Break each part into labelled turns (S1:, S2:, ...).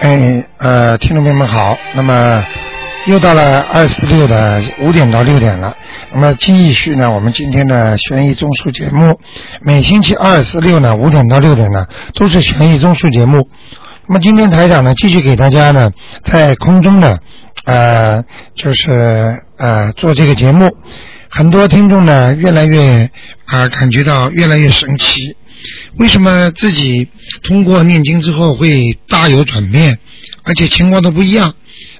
S1: 哎呃，听众朋友们好，那么又到了二四六的五点到六点了。那么继续呢，我们今天的悬疑综述节目，每星期二、四、六呢五点到六点呢都是悬疑综述节目。那么今天台长呢继续给大家呢在空中呢呃就是呃做这个节目，很多听众呢越来越啊、感觉到越来越神奇。为什么自己通过念经之后会大有转变，而且情况都不一样？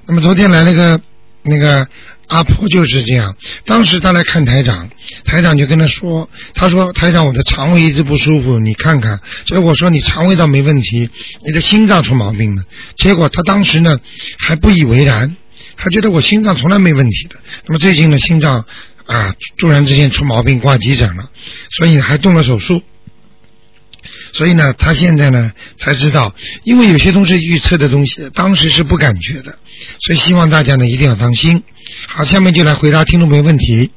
S1: 那么昨天来了个那个阿婆就是这样，当时她来看台长，台长就跟她说，她说台长我的肠胃一直不舒服，你看看。结果我说你肠胃倒没问题，你的心脏出毛病了。结果她当时呢还不以为然，她觉得我心脏从来没问题的。那么最近呢心脏啊突然之间出毛病挂急诊了，所以还动了手术。所以呢，他现在呢才知道，因为有些东西预测的东西，当时是不感觉的，所以希望大家呢一定要当心。好，下面就来回答听众朋友问题。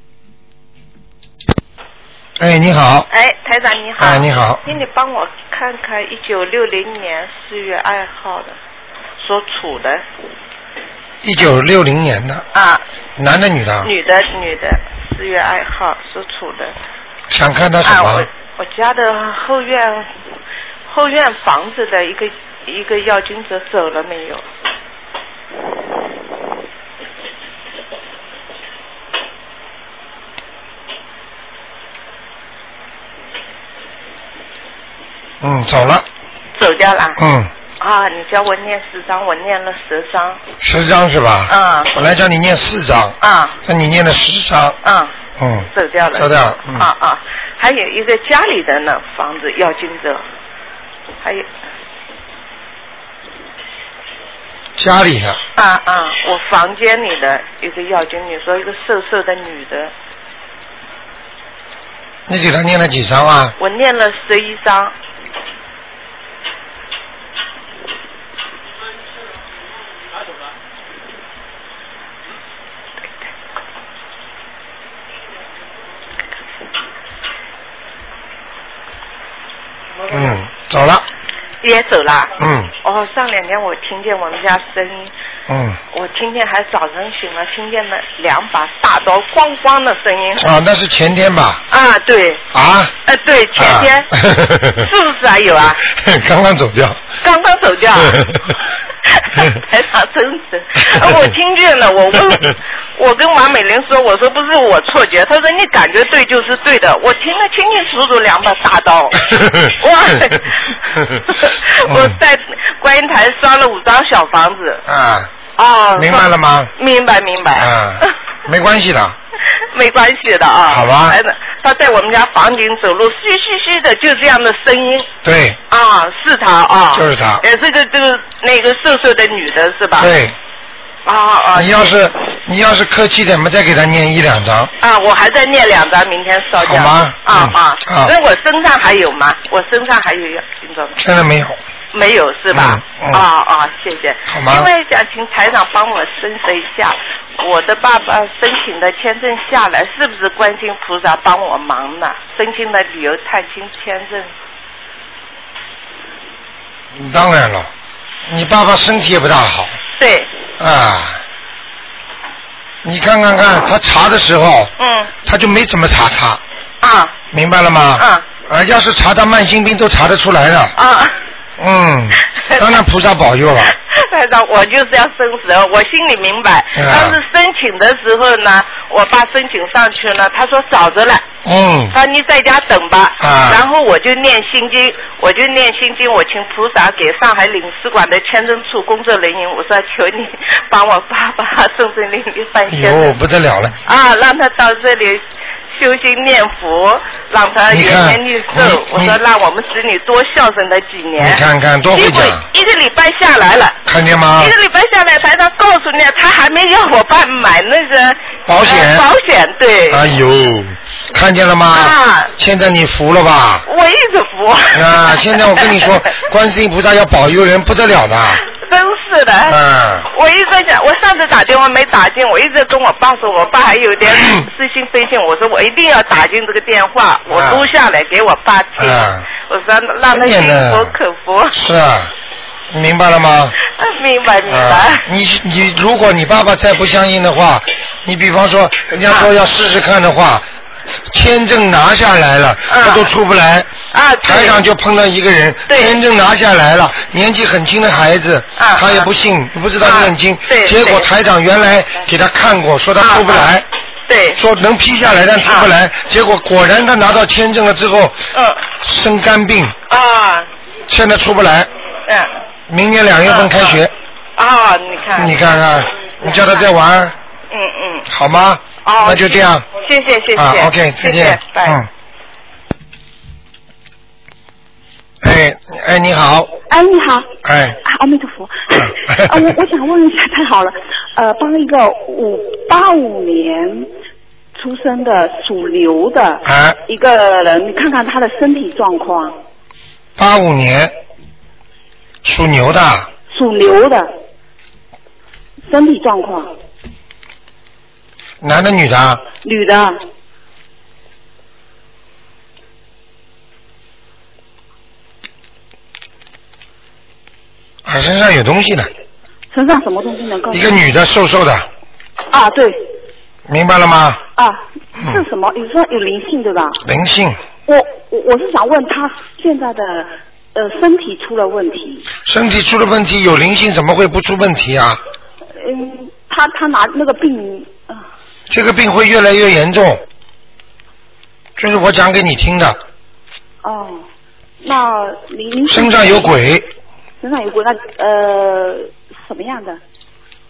S1: 哎，你好，
S2: 哎，台长你好。
S1: 哎你好
S2: 请你帮我看看一九六零年四月二号的所处的
S1: 一九六零年的，
S2: 啊，
S1: 男的女的啊？
S2: 女的女的，四月二号所处的
S1: 想看他什
S2: 啊，
S1: 么
S2: 我？我家的后院后院房子的一个一个要经者走了没有？
S1: 嗯，走了，
S2: 走掉了。
S1: 嗯，
S2: 啊，你叫我念十张，我念了十张。
S1: 十张是吧？
S2: 嗯
S1: 本来叫你念四张，
S2: 啊
S1: 但你念了十张，
S2: 啊，
S1: 嗯，
S2: 走掉了。
S1: 走掉了嗯
S2: 啊啊，还有一个家里的呢，房子要经者，还有。
S1: 家里的
S2: 啊啊！我房间里的一个药精女说一个瘦瘦的女的，
S1: 你给他念了几张啊？
S2: 我念了十一章，
S1: 嗯，走了，
S2: 也走了。
S1: 嗯
S2: 哦，上两天我听见我们家声音，
S1: 嗯。
S2: 我今天还早晨醒了，听见了两把大刀咣咣的声音。
S1: 啊，那是前天吧？
S2: 啊，对，
S1: 啊，
S2: 呃，对，前天、
S1: 啊
S2: 是不是啊？有啊，
S1: 刚刚走掉。！
S2: 刚刚走掉啊。台长真是，呃我听见了，我问，我跟王美玲说，我说不是我错觉，她说你感觉对就是对的，我听得清清楚楚两把大刀，哇
S1: 嗯
S2: 我在观音台烧了五张小房子，
S1: 啊，
S2: 哦，
S1: 明白了吗？
S2: 明白明白，
S1: 啊，没关系的。
S2: 没关系的啊，
S1: 好吧
S2: 哎他在我们家房顶走路，嘘嘘嘘的，就这样的声音
S1: 对
S2: 啊，是他啊，
S1: 就是他
S2: 也是个就是那个瘦瘦的女的是吧？，
S1: 对，
S2: 啊啊
S1: 你要是你要是客气点嘛，再给他念一两张。
S2: 啊，我还在念两张，明天烧掉。
S1: 好吗
S2: 啊
S1: 嗯
S2: 啊
S1: 啊，
S2: 那我身上还有吗？我身上还有要听着吗？
S1: 现在没有，
S2: 没有是吧？
S1: 嗯嗯
S2: 啊啊，谢谢。
S1: 好吗
S2: 另外想请台长帮我申诉一下，我的爸爸申请的签证下来，是不是观世音菩萨帮我忙呢？申请的旅游探亲签证。
S1: 当然了，你爸爸身体也不大好
S2: 对，
S1: 啊。你看看看，他查的时候，
S2: 嗯
S1: 他就没怎么查他，
S2: 啊
S1: 明白了吗？
S2: 嗯。
S1: 啊，要是查他慢性病都查得出来的，
S2: 啊。
S1: 嗯，当然菩萨保佑了。
S2: 台长，我就是要生死，哦我心里明
S1: 啊
S2: 白。但是申请的时候呢，我爸申请上去了，他说找着了，
S1: 嗯，
S2: 他说你在家等吧。
S1: 啊
S2: 然后我就念心经，我就念心经，我请菩萨给上海领事馆的签证处工作人员，我说求你 帮我爸 爸送证领一份
S1: 哎
S2: 签证
S1: 呦，不得了了！
S2: 啊，让他到这里。修心念佛，让他
S1: 你
S2: 延
S1: 看
S2: 年益寿
S1: 你。
S2: 我
S1: 你
S2: 说让我们子女多孝顺他几
S1: 你
S2: 年。
S1: 看看，多会
S2: 结果
S1: 讲，
S2: 一个礼拜下来了，
S1: 看见吗
S2: 一？个礼拜下来，台上告诉你，他还没要我爸买那个
S1: 保险
S2: 呃保险对，
S1: 哎呦，看见了吗？
S2: 啊
S1: 现在你服了 吧？
S2: 我一直服。，
S1: 啊，现在我跟你说观世音菩萨要保佑人不得了的。
S2: 真是的。
S1: 嗯，
S2: 我一直想，我上次打电话没打进，我一直跟我爸说，我爸还有 点私心非信，我说我一定要打进这个电话，我
S1: 啊
S2: 录下来给我爸听，
S1: 啊
S2: 我说让他
S1: 真的
S2: 心服口服。
S1: 是啊，明白了吗？
S2: 明白明白。
S1: 你你，如果你爸爸再不相信的话，你比方说人家说要试试看的话，签证拿下来了，他都出不来。
S2: 啊，
S1: 台上就碰到一个人，
S2: 对
S1: 签证拿下来了，年纪很轻的孩子，
S2: 啊
S1: 他也不信，不知道
S2: 啊
S1: 念经
S2: 对，
S1: 结果
S2: 对啊
S1: 台长原来给他看过，说他出不来。
S2: 对，
S1: 说能批下来，但出
S2: 啊
S1: 不来。结果果然他拿到签证了之后，
S2: 嗯
S1: 生肝病，
S2: 啊
S1: 现在出不来。
S2: 嗯
S1: 明年两月份开学，
S2: 啊，你看，
S1: 你看看，你叫他再玩
S2: 嗯嗯，
S1: 好吗？
S2: 哦，
S1: 那就这样
S2: 谢谢谢谢
S1: 啊，OK，再
S2: 谢
S1: 见
S2: 谢，，拜。
S1: 嗯。哎哎，你好，
S3: 哎，你好，
S1: 哎，
S3: 啊，阿弥陀 佛，啊，我我想问一下，太好了，呃，帮一个五八五年出生的属牛的
S1: 哎，
S3: 一个人，你看看他的身体状况，
S1: 八五年属牛的，
S3: 属牛的身体状况，
S1: 男的女的？
S3: 女的，
S1: 啊，身上有东西的，
S3: 身上什么东西能
S2: 嗯
S3: 够？
S1: 一个女的，瘦瘦的，
S3: 啊，对，
S1: 明白了吗？
S3: 啊，
S1: 嗯
S3: 是什么？有时候有灵性对吧？
S1: 灵性，
S3: 我我我是想问他现在的呃身体出了问题，
S1: 身体出了问题，有灵性怎么会不出问题啊？
S3: 嗯，他他拿那个病啊。
S1: 这个病会越来越严重，就是我讲给你听的，
S3: 哦，那您您
S1: 身上有，鬼，
S3: 身上有鬼，那呃什么样的？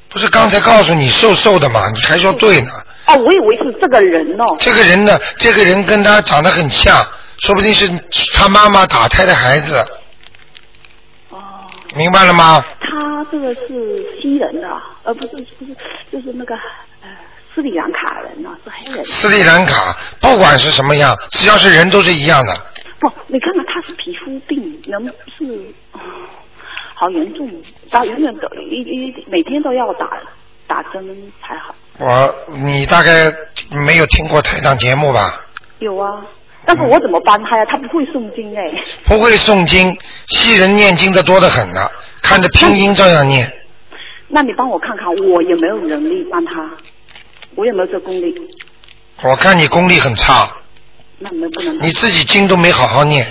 S1: 不是刚才告诉你瘦瘦的嘛，你还说对呢。
S3: 哦，我以为是这个人哦。
S1: 这个人呢，这个人跟他长得很像，说不定是他妈妈打胎的孩子，
S3: 哦，
S1: 明白了吗？
S3: 他这个是西人的，呃，不是不是，就是那个呃斯里兰卡人呢、是黑人。
S1: 斯里兰卡，不管是什么样，只要是人都是一样的，
S3: 不，你看看他是皮肤病，能是、哦好严重，打永远都一一每天都要打打针才好。
S1: 我你大概没有听过台长节目吧？
S3: 有啊，但是我怎么帮他呀？他不会诵经哎。
S1: 不会诵经，西人念经的多得很呢，看着拼音照样念。
S3: 那你帮我看看，我有没有能力帮他？我有没有这功力？
S1: 我看你功力很差，
S3: 那你们不能。
S1: 你自己经都没好好念，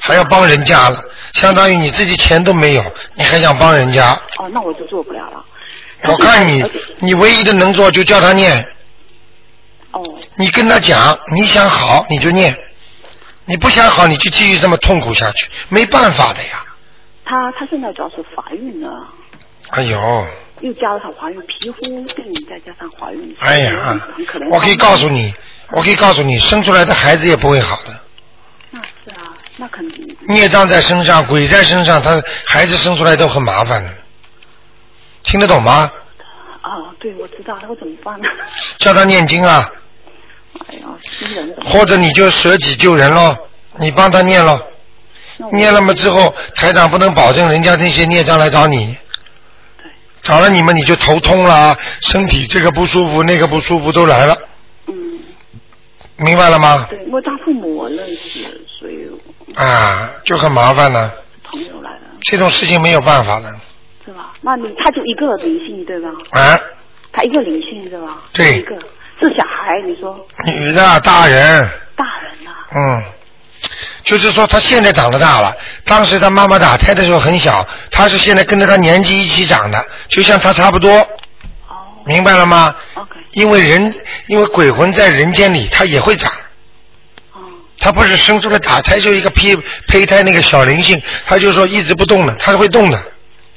S1: 还要帮人家了，相当于你自己钱都没有，你还想帮人家？
S3: 哦，那我就做不了了。
S1: 我看你
S3: 而且，
S1: 你唯一的能做就叫他念，
S3: 哦，
S1: 你跟他讲，你想好你就念，你不想好你就继续这么痛苦下去，没办法的呀。
S3: 她她现在主要是怀孕了，
S1: 哎呦，
S3: 又加上怀孕，皮肤病再加上怀孕，
S1: 哎呀
S3: 嗯很可能。，
S1: 我可以告诉。你，我可以告诉你，生出来的孩子也不会好的，
S3: 那是啊，那肯定。
S1: 孽障在身上，鬼在身上，他孩子生出来都很麻烦的，听得懂吗？
S3: 哦，对，我知道，那我怎么办呢？
S1: 叫他念经啊。
S3: 哎呀，新人怎么？
S1: 或者你就舍己救人喽，你帮他念喽，
S3: 那我
S1: 念了嘛之后，台长不能保证人家那些孽障来找你，找了你们你就头痛啦，身体这个不舒服那个不舒服都来了，
S3: 嗯，
S1: 明白了吗？
S3: 对，因为他父母我认识，所以
S1: 啊，就很麻烦了，
S3: 朋友来了，
S1: 这种事情没有办法的，
S3: 是吧？那你他就一个灵性对吧？
S1: 啊，
S3: 他一个灵性是吧？
S1: 对
S3: 一个是小孩，你说
S1: 女的啊大人，
S3: 大人啊呐、
S1: 嗯，就是说他现在长得大了，当时他妈妈打胎的时候很小，他是现在跟着他年纪一起长的，就像他差不多，
S3: 哦
S1: 明白了吗？
S3: ，OK，
S1: 因为人，因为鬼魂在人间里，它也会长，
S3: 哦，
S1: 它不是生出来打胎就一个胚胚胎那个小灵性，它就说一直不动的，它是会动的。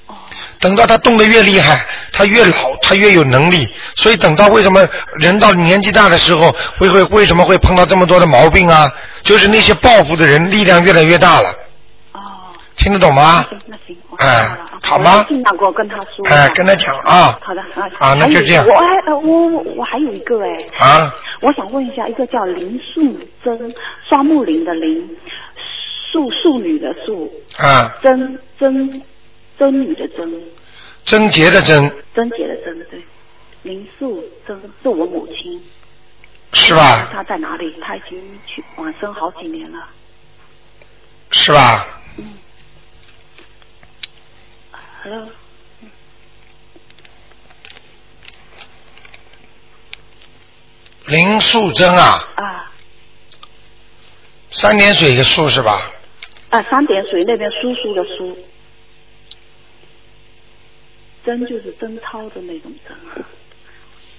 S3: 哦，
S1: 等到它动得越厉害，它越老，它越有能力。所以等到为什么人到年纪大的时候，会会为什么会碰到这么多的毛病啊？就是那些报复的人力量越来越大了，
S3: 哦，
S1: 听得懂吗？
S3: 嗯那行，那行，我知道
S1: 哎
S3: 了，
S1: 啊
S3: 啊
S1: 好吗
S3: 我尽量跟我跟他说一下。
S1: 哎，跟他讲啊
S3: 好的，好的
S1: 啊那就这样
S3: 还有我还呃我我我还有一个哎，
S1: 啊，
S3: 我想问一下，一个叫林素贞，双木林的林，素素女的素，
S1: 啊，
S3: 贞贞贞女的贞，
S1: 贞洁的贞
S3: 贞洁的贞，对，林素贞是我母亲。
S1: 是吧？
S3: 她在哪里？她已经去往生好几年了。
S1: 是吧？
S3: 嗯。Hello，
S1: 林素贞啊，
S4: 啊
S1: 三点水一个素是吧？
S4: 啊，三点水那边叔叔的叔，贞就是贞操的那种贞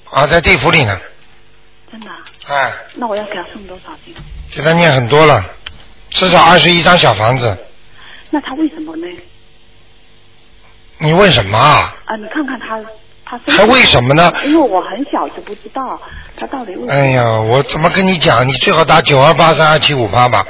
S4: 啊，
S1: 啊，在地府里呢，
S4: 真的啊、
S1: 哎，
S4: 那我要给他送多少斤？
S1: 给他念很多了，至少二十一张小房子。
S4: 那他为什么呢？
S1: 你问什么啊？
S4: 啊，你看看他，他身体
S1: 还为什么呢？
S4: 因为我很小就不知道他到
S3: 嗯
S4: 底为什么。
S1: 哎呀，我怎么跟你讲？你最好打九二八三二七五八吧，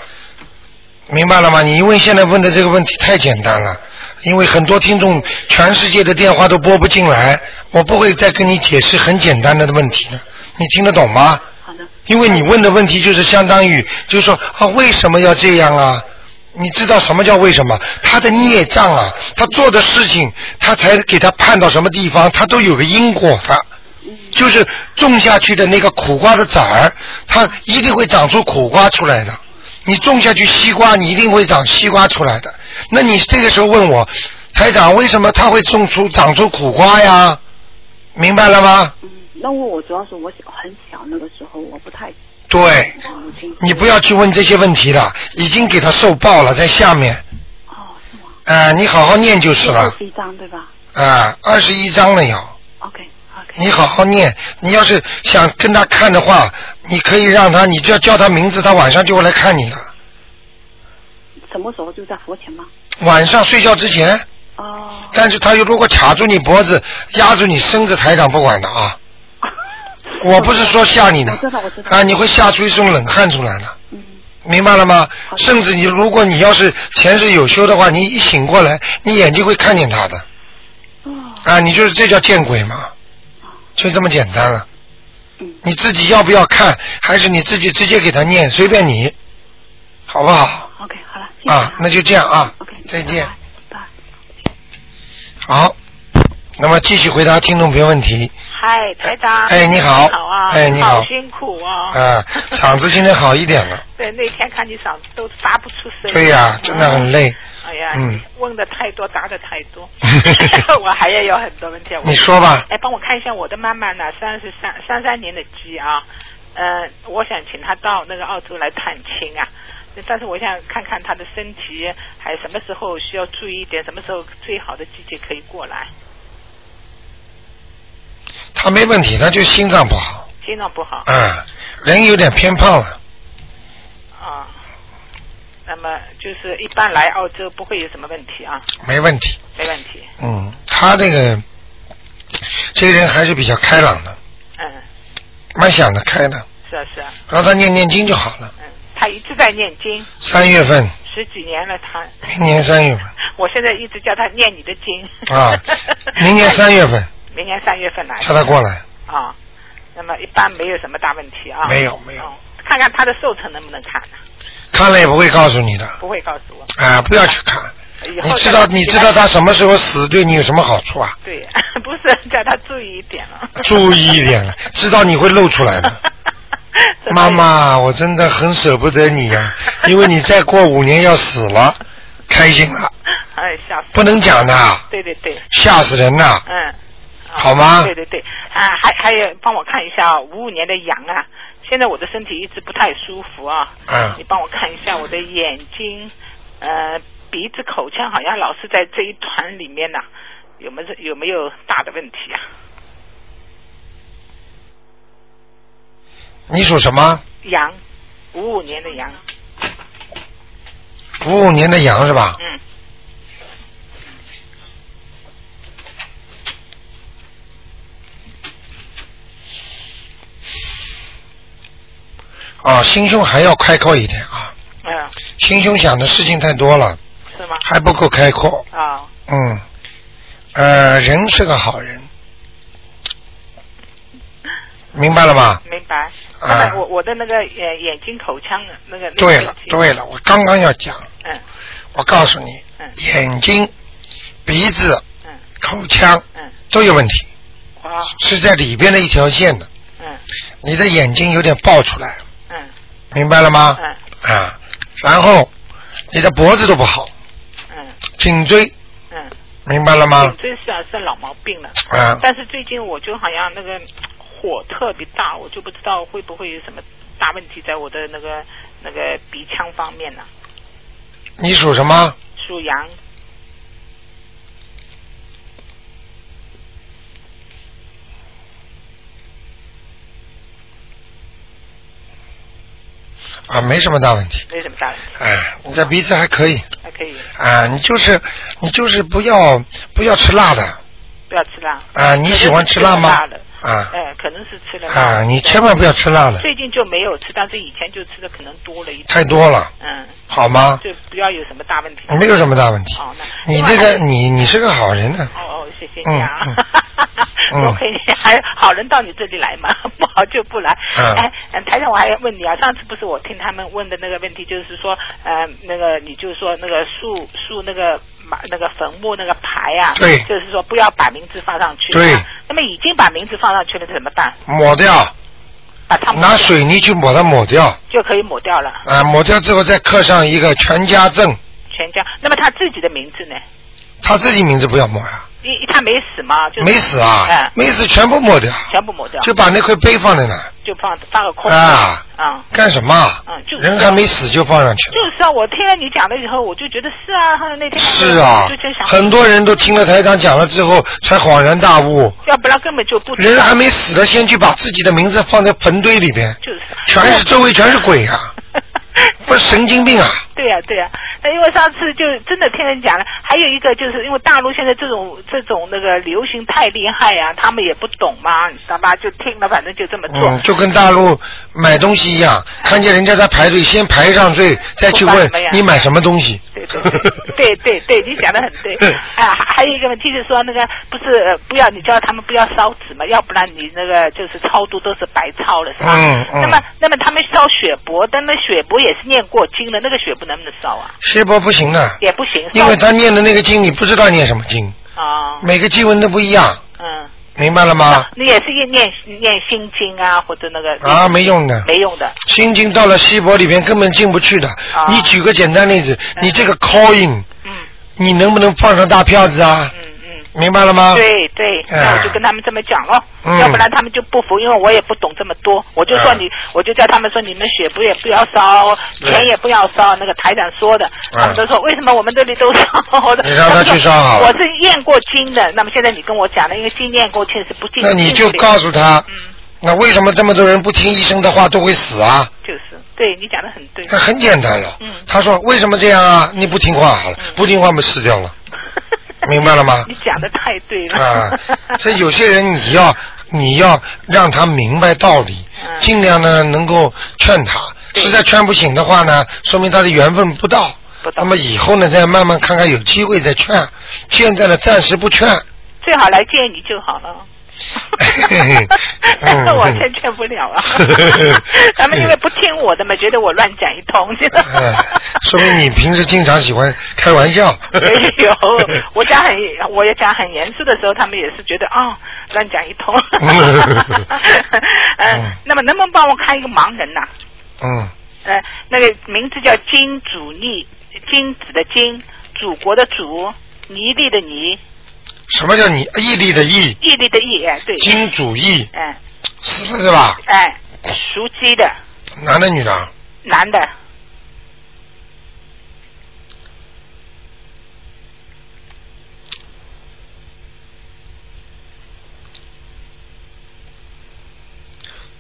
S1: 明白了吗？你因为现在问的这个问题太简单了，因为很多听众全世界的电话都拨不进来，我不会再跟你解释很简单的问题的，你听得懂吗？
S4: 好的，
S1: 因为你问的问题就是相当于，就是说啊，为什么要这样啊？你知道什么叫为什么？他的孽障啊，他做的事情，他才给他判到什么地方，他都有个因果的。
S4: 嗯
S1: 就是种下去的那个苦瓜的籽儿，它一定会长出苦瓜出来的。你种下去西瓜，你一定会长西瓜出来的。那你这个时候问我，台长为什么它会种出长出苦瓜呀？明白了吗？
S4: 嗯，那我我主要是我小很小那个时候我不太
S1: 对，
S4: 母亲
S1: 你不要去问这些问题了，已经给他受报了，在下面。
S4: 哦是吗？
S1: 啊，你好好念就是了。
S4: 是一张对吧
S1: 啊，二十一章了要。
S4: ？OK OK
S1: 你好好念，你要是想跟他看的话，你可以让他，你就要叫他名字，他晚上就会来看你了。
S4: 什么时候就在佛前吗？
S1: 晚上睡觉之前，
S4: 哦，
S1: 但是他又如果卡住你脖子，压住你身子，台长不管的啊。我不是说吓你呢
S4: 我知道我知，道
S1: 啊，你会吓出一身冷汗出来的，
S4: 嗯，
S1: 明白了吗？
S4: 好的
S1: 甚至你，如果你要是前世有修的话，你一醒过来，你眼睛会看见他的
S4: 哦，
S1: 啊，你就是这叫见鬼嘛，就这么简单了。
S4: 嗯，
S1: 你自己要不要看，还是你自己直接给他念，随便你，好不好？
S4: OK 好了，谢谢
S1: 啊，那就这样啊
S4: OK，
S1: 再见。
S4: 拜拜。
S1: 好，那么继续回答听众朋友问题。
S5: 嗨，台长。
S1: 哎你好
S5: 好啊。
S1: 哎你好
S5: 辛苦啊。
S1: 啊，嗓子今天好一点了。
S5: 对，那天看你嗓子都发不出 声。
S1: 对啊呀、真的很 累。
S5: 哎呀，
S1: 嗯
S5: 问的太多，答的太多。 我还要有很多问题。
S1: 你。说吧，
S5: 哎，帮我看一下我的妈妈呢，三十三三三年的鸡啊，呃，我想请她到那个澳洲来探亲啊，但是我想看看她的身体，还什么时候需要注意一点，什么时候最好的季节可以过来。
S1: 他没问题，他就心脏不好，
S5: 心脏不好。
S1: 啊，人有点偏胖了。
S5: 啊，那么就是一般来澳洲不会有什么问题啊，
S1: 没问题，
S5: 没问题。
S1: 嗯，他这个这个人还是比较开朗的，
S5: 嗯，
S1: 蛮想得开的，
S5: 是啊是啊，
S1: 让他念念经就好了。
S5: 嗯，他一直在念经，
S1: 三月份，
S5: 十几年了他，
S1: 明年三月份。
S5: 我现在一直叫他念你的经。
S1: 啊， 明年三月份
S5: 明年三月份来
S1: 叫他过来。
S5: 啊，那么一般没有什么大问题啊。
S1: 没有没有
S5: 哦看看他的寿辰能不能看呢、啊
S1: 看了也不会告诉你的，
S5: 不会告诉我。
S1: 啊，不要去看。
S5: 以后
S1: 你知
S5: 再
S1: 道
S5: 告诉
S1: 你
S5: 他
S1: 知道他什么时候死对你有什么好处 啊？
S5: 对，不是叫他注意一点啊了。
S1: 注意一点了，知道你会露出来的。
S5: 真的
S1: 妈妈，我真的很舍不得你呀、因为你再过五年要死了，开心了，
S5: 哎，吓死我！
S1: 不能讲的，
S5: 对对对，
S1: 吓死人呐！
S5: 嗯。啊
S1: 好吗
S5: 对对对，啊，还还有，帮我看一下五五年的羊啊，现在我的身体一直不太舒服啊，
S1: 嗯
S5: 你帮我看一下我的眼睛，呃，鼻子、口腔好像老是在这一团里面呢、啊有没有有没有大的问题啊？
S1: 你属什么？
S5: 羊，五五年的羊，
S1: 五五年的羊是吧？
S5: 嗯，
S1: 啊，心胸还要开阔一点啊，
S5: 嗯、
S1: 心胸想的事情太多了，
S5: 是吗？
S1: 还不够开阔。
S5: 啊、
S1: 嗯，呃，人是个好人，明白了吗？
S5: 明白。
S1: 啊
S5: 那么我我的那个呃眼睛、口腔那个那个
S1: 对
S5: 问
S1: 了，
S5: 题
S1: 对了，我刚刚要讲，
S5: 嗯
S1: 我告诉你，
S5: 嗯
S1: 眼睛、鼻子、
S5: 嗯
S1: 口腔
S5: 嗯，
S1: 都有问题，
S5: 好，
S1: 是在里边的一条线的。
S5: 嗯
S1: 你的眼睛有点爆出来，
S5: 嗯
S1: 明白了吗？
S5: 嗯
S1: 啊，然后你的脖子都不好，
S5: 嗯
S1: 颈椎，
S5: 嗯。
S1: 明白了吗
S5: 啊颈？椎是啊是老毛病了，
S1: 啊，
S5: 但是最近我就好像那个火特别大，我就不知道会不会有什么大问题在我的那个那个鼻腔方面呢、
S1: 你属什么？
S5: 属羊，
S1: 啊，没什么大问题。
S5: 没什么大问题，
S1: 哎，你这鼻子还可以
S5: 还可以，
S1: 啊，你就是你就是不要不要吃辣的
S5: 不要吃辣。
S1: 啊，你喜欢吃辣吗
S5: 可能是吃了辣的？
S1: 啊
S5: 哎，可能是吃了辣
S1: 啊，你千万不要吃辣的，
S5: 最近就没有吃，但是以前就吃的可能多了一点。
S1: 太多了，
S5: 嗯，
S1: 好吗？
S5: 就不要有什么大问题。
S1: 没有什么大问题
S5: 哦，那
S1: 你这个你你是个好人呢、
S5: 哦哦，谢谢你啊
S1: 嗯！ 嗯
S5: 多亏你，还好人到你这里来嘛， 不好就不来。
S1: 嗯
S5: 哎，嗯台长，我还要问你啊，上次不是我听他们问的那个问题，就是说，呃，那个你就说那个树树那个马那个坟墓那个牌啊，
S1: 对
S5: 就是说不要把名字放上去。
S1: 对
S5: 那。那么已经把名字放上去了，怎么办？
S1: 抹掉，
S5: 把它抹
S1: 拿
S5: 掉
S1: 水泥去抹它抹掉，
S5: 就可以抹掉了，
S1: 啊，抹掉之后再刻上一个全家证，
S5: 全家。那么他自己的名字呢？
S1: 他自己名字不要抹呀、
S5: 一他没死吗？就是
S1: 没死
S5: 哎啊
S1: 啊，，没死全部抹掉，
S5: 全部抹掉，
S1: 就把那块碑放在那儿，
S5: 就放放个空
S1: 啊
S5: 啊。
S1: 干什么啊
S5: 嗯就？是
S1: 人还没死就放上去
S5: 就
S1: 了。
S5: 是啊，我听了你讲了以后，我就觉得是啊，那天
S1: 是啊
S5: 我就真想，，
S1: 很多人都听了台长讲了之后才恍然大悟，
S5: 要不然根本就不知
S1: 人
S5: 道
S1: 还没死呢，先去把自己的名字放在坟堆里边，
S5: 就是啊
S1: 全是周围 全是鬼啊，不是神经病啊！
S5: 对呀、对呀、那因为上次就真的听人讲了，还有一个就是因为大陆现在这种这种那个流行太厉害呀、他们也不懂嘛，你知道吧？就听了，反正就这么做。
S1: 嗯，就跟大陆买东西一样，看见人家在排队，先排上队，再去
S5: 不管
S1: 问
S5: 什么呀
S1: 你买什么东西。
S5: 对对对对对对，你讲的很对。啊，还还有一个问题是说，那个不是、呃不要你叫他们不要烧纸嘛，要不然你那个就是超度都是白超了，是吧？
S1: 嗯嗯
S5: 那么那么他们烧血泊，但那血泊也是念过经的，那个血泊能不能烧啊？
S1: 薛波不行的，
S5: 也不行，
S1: 因
S5: 烧
S1: 为他念的那个经，你不知道念什么经，
S5: 啊，
S1: 每个经文都不一样，
S5: 嗯，
S1: 明白了吗？
S5: 你也是念念心经啊，或者那个
S1: 啊，没用的。
S5: 没用的，
S1: 心经到了西伯里边根本进不去的。
S5: 啊
S1: 你举个简单例子，你这个 coin，
S5: 嗯
S1: 你能不能放上大票子啊？
S5: 嗯嗯。
S1: 明白了吗？
S5: 对对，那我就跟他们这么讲咯，
S1: 啊哎嗯
S5: 要不然他们就不服，因为我也不懂这么多，我就说你，我就叫他们说你们血不也不要烧，
S1: 哎对哎
S5: 钱也不要烧，那个台长说的，他们都说为什么我们这里都烧？我说
S1: 你让他去烧好了
S5: 我是验过经的，那么现在你跟我讲了，因为经验过去是不进，
S1: 那你就
S5: 进不了
S1: 告诉他，
S5: 嗯，
S1: 那为什么这么多人不听医生的话都会死啊？
S5: 就是对你讲的很 对，
S1: 那很简单了。
S5: 嗯
S1: 他说为什么这样啊？你不听话好了，不听话我们死掉 了。明白了吗
S5: 你讲的太对了
S1: 啊， 所以有些人你要你要让他明白道理，
S5: 嗯
S1: 尽量呢能够劝他。
S5: 对
S1: 实在劝不醒的话呢，说明他的缘分不到。
S5: 不懂
S1: 那么以后呢，再慢慢看看有机会再劝。现在呢，暂时不 劝。
S5: 最好来见你就好 了。
S1: 嗯
S5: 我劝劝不了 啊，他们因为不听我的嘛，觉得我乱讲一 通，知道
S1: 哎
S5: 吗？
S1: 说明你平时经常喜欢开玩笑。
S5: 没有，我讲很，我也讲很严肃的时候，他们也是觉得哦，乱讲一 通。
S1: 嗯
S5: 嗯，那么能不能帮我看一个盲人呐、
S1: 嗯，
S5: 呃，那个名字叫金主逆，金子的金，祖国的祖，泥地的泥，
S1: 什么叫你毅力的毅？
S5: 毅力的毅，哎，对，
S1: 金主义
S5: 哎
S1: 死了是吧？
S5: 哎，属鸡的，
S1: 男的啊女的？
S5: 男的，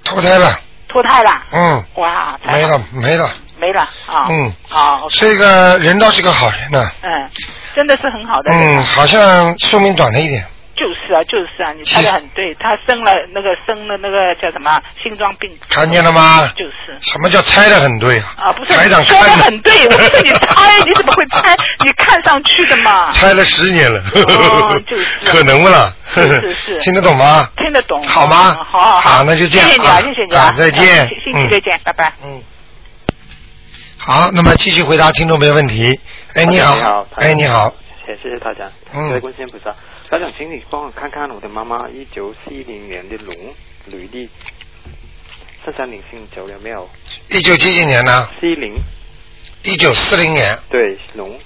S1: 投胎了。
S5: 脱胎了。
S1: 嗯，
S5: 哇，太
S1: 没
S5: 好
S1: 了没了。
S5: 没了啊，
S1: 嗯
S5: 好，
S1: 这个人倒是个好人啊呢、
S5: 嗯，真的是很好的，
S1: 嗯，好像寿命短了一点。
S5: 就是啊，就是啊，你猜的很对，他生了那个生了那个叫什么心脏病，
S1: 看见了吗？
S5: 就是。
S1: 什么叫猜的很对啊？
S5: 啊，不是
S1: 台
S5: 你
S1: 长
S5: 说的
S1: 看了
S5: 很对，我不是你 猜， 你怎么会猜？你看上去的嘛，
S1: 猜了十年了，
S5: 哦就是啊
S1: 可能不啦？
S5: 是是是
S1: 听得懂吗？
S5: 听得懂
S1: 好吗
S5: 嗯好好
S1: 好那就这样
S5: 谢谢你啊，
S1: 啊
S5: 谢谢你啊
S1: 啊，再见
S5: 嗯星星期再见，拜拜。
S1: 嗯。好，那么继续回答听众朋友问题。哎，你
S6: 你
S1: 好
S6: 好，
S1: 哎，你好，
S6: 谢谢大家，
S1: 嗯
S6: 各位观世音菩萨，大家请你帮我看看我的妈妈一九四零年的龙履历，身上灵性走了没有？
S1: 一九几几年呢？
S6: 四零
S1: 一九四零年，
S6: 对龙，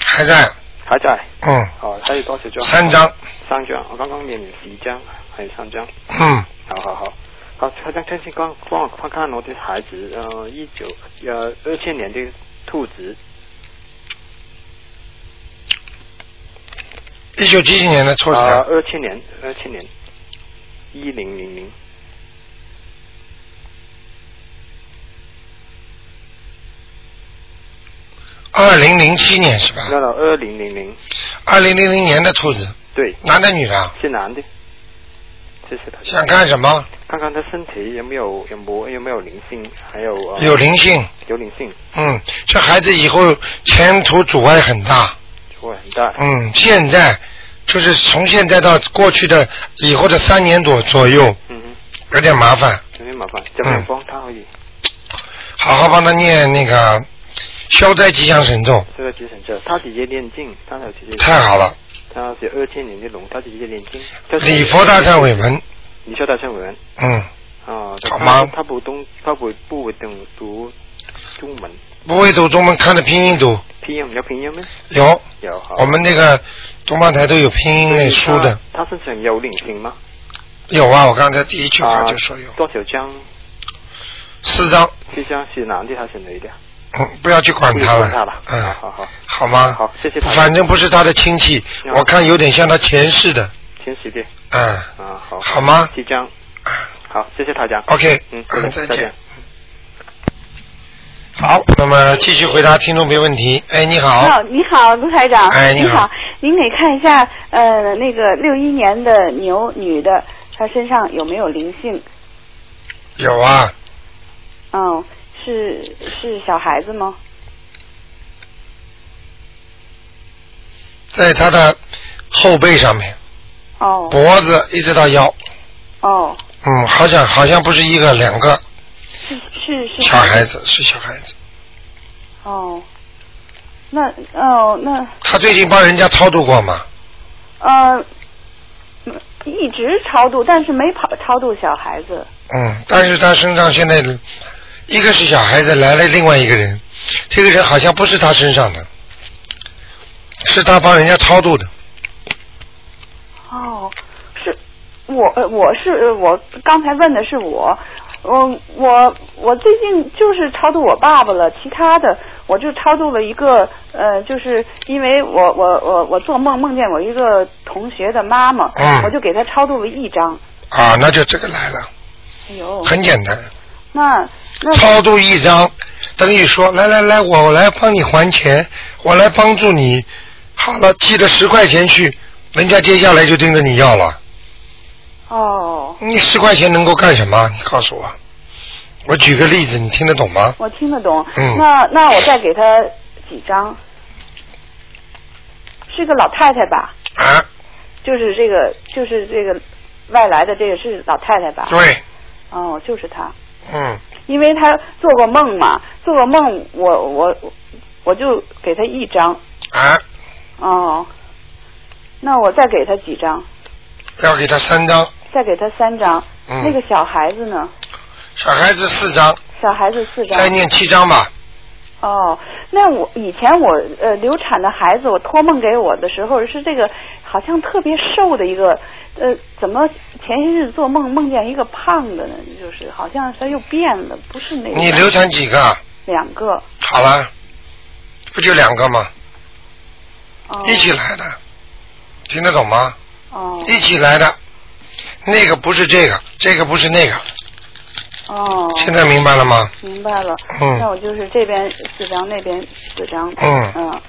S1: 还在，
S6: 还在。
S1: 嗯
S6: 好，哦还有多少张？
S1: 三张。
S6: 三张，我刚刚念了十张，还有三张。
S1: 嗯，
S6: 好好好。好，他张天星帮帮我看看我的孩子，呃，一九呃二千年的兔子，
S1: 一九几几年的兔子
S6: 啊
S1: 啊，
S6: 二千年二千年，一零零零，
S1: 二零零七年是吧？
S6: 那到二零零零，
S1: 二零零零年的兔子，
S6: 对，
S1: 男的女的啊？
S6: 是男的。谢谢大
S1: 想
S6: 家。
S1: 干什么？
S6: 看看他身体有没有有没有没有灵性，还有、呃、
S1: 有灵性，
S6: 有灵性，
S1: 嗯，这孩子以后前途阻碍很大，
S6: 就会很大。
S1: 嗯，现在就是从现在到过去的以后的三年多左右，
S6: 嗯哼，
S1: 有点麻烦，
S6: 有点麻烦，怎么样
S1: 嗯
S6: 帮他可以？
S1: 好好帮他念那个消灾吉祥神咒，
S6: 这个急诊车，他直接念经，他有直接。
S1: 太好了，
S6: 他是二千年的龙，他直接念经。就是
S1: 礼佛大忏悔文，
S6: 你说大忏悔文
S1: 嗯，
S6: 啊？
S1: 好
S6: 他
S1: 吗
S6: 他不懂，他不不会懂读中文，
S1: 不会读中文看的拼音读，
S6: 拼音有拼音吗？
S1: 有，
S6: 有好。啊
S1: 我们那个东方台都有拼音类书的，
S6: 他。他身上有灵性吗？
S1: 有啊，我刚才第一句话
S6: 啊，
S1: 就说有，
S6: 多少张？
S1: 四张，
S6: 这张是男的还是啊女的？
S1: 嗯，不要去管他
S6: 不管他
S1: 了
S6: 了，
S1: 嗯，
S6: 好好好
S1: 好吗？
S6: 好谢谢台长
S1: 反正不是他的亲戚，
S6: 嗯
S1: 我看有点像他前世的，
S6: 前十的
S1: 嗯，
S6: 啊，好。
S1: 好吗
S6: 七张，好，谢谢台长。
S1: ？OK，
S6: 嗯，
S1: 嗯，再
S6: 再见
S1: 见。。好，那么继续回答听众朋友问题。哎，你好，
S7: 哦，你好，卢台长。
S1: 哎你
S7: 你
S1: 好
S7: 您给看一下，呃，那个六一年的牛女的，她身上有没有灵性？
S1: 有啊，
S7: 嗯，是是小孩子吗？
S1: 在他的后背上面，
S7: 哦
S1: 脖子一直到腰，
S7: 哦，
S1: 嗯，好像好像不是一个两个
S7: 是是是
S1: 小孩子，是小孩子。
S7: 哦，那哦那
S1: 他最近帮人家超度过嘛？
S7: 呃，嗯一直超度，但是没跑超度小孩子。
S1: 嗯，但是他身上现在一个是小孩子，来了另外一个人，这个人好像不是他身上的，是他帮人家超度的。
S7: 哦，是我，呃我是呃我刚才问的是我，我我我最近就是超度我爸爸了，其他的我就超度了一个，呃，就是因为我我我我做梦梦见我一个同学的妈妈，
S1: 嗯
S7: 我就给他超度了一张。
S1: 啊，那就这个来了，
S7: 哎
S3: 哦
S7: 呦，
S1: 很简单，
S7: 那
S3: 嗯
S7: 那
S1: 超度一张，等于说来来来，我来帮你还钱，我来帮助你。好了，寄了十块钱去，人家接下来就盯着你要了。
S7: 哦，
S1: 你十块钱能够干什么？你告诉我。我举个例子，你听得懂吗？
S7: 我听得懂。
S1: 嗯
S7: 那那我再给他几张，是个老太太吧？
S1: 啊，
S7: 就是这个就是这个外来的这个是老太太吧？
S1: 对，
S7: 哦，就是他，
S1: 嗯，
S7: 因为他做过梦嘛，做过梦，我我我就给他一张，
S1: 啊，
S7: 哦，那我再给他几张，
S1: 要给他三张，
S7: 再给他三张，
S1: 嗯
S7: 那个小孩子呢？
S1: 小孩子四张，
S7: 小孩子四张
S1: 再，念七张吧。
S7: 哦，那我以前我呃流产的孩子，我托梦给我的时候是这个好像特别瘦的一个，呃，怎么前些日子做梦梦见一个胖的呢？就是好像他又变了，不是那个
S1: 你流产几个啊？
S7: 两个，
S1: 好了，不就两个吗？
S7: 哦
S1: 一起来的，听得懂吗？
S7: 哦
S1: 一起来的，那个不是这个，这个不是那个，
S7: 哦，
S1: 现在明白了吗？
S7: 明白了，
S1: 嗯
S7: 那我就是这边四张，那边四张。
S1: 嗯
S7: 嗯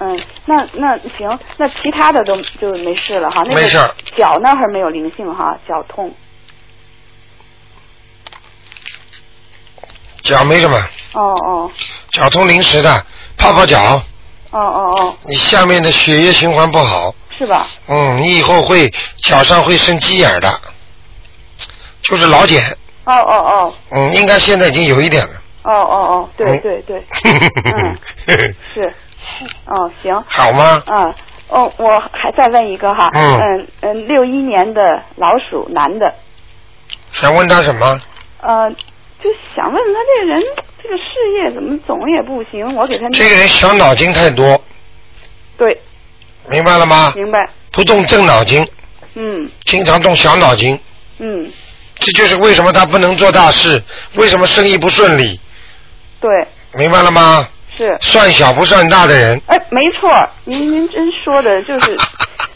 S7: 嗯那那行，那其他的都就没事了哈。那个
S1: 没事儿
S7: 脚那儿没有灵性哈，脚痛。
S1: 脚没什么，
S7: 哦哦
S1: 脚痛临时的，泡泡脚，
S7: 哦哦哦，
S1: 你下面的血液循环不好，
S7: 是吧？
S1: 嗯，你以后会脚上会生鸡眼儿的，就是老茧，
S7: 哦哦哦
S1: 嗯，应该现在已经有一点了。
S7: 哦哦哦，对
S1: 嗯
S7: 对 对，
S1: 嗯，
S7: 是。哦，行，
S1: 好吗？
S7: 嗯。哦，我还再问一个哈，
S1: 嗯
S7: 嗯嗯，六一年的老鼠男的，
S1: 想问他什么？
S7: 呃，就想问他这人这个事业怎么总也不行，我给他
S1: 这个人小脑筋太多，
S7: 对，
S1: 明白了吗？
S7: 明白。
S1: 不动正脑筋，
S7: 嗯
S1: 经常动小脑筋，
S7: 嗯，
S1: 这就是为什么他不能做大事，为什么生意不顺利，
S7: 对，
S1: 明白了吗？
S7: 是。
S1: 算小不算大的人，
S7: 哎，没错，您您真说的就是，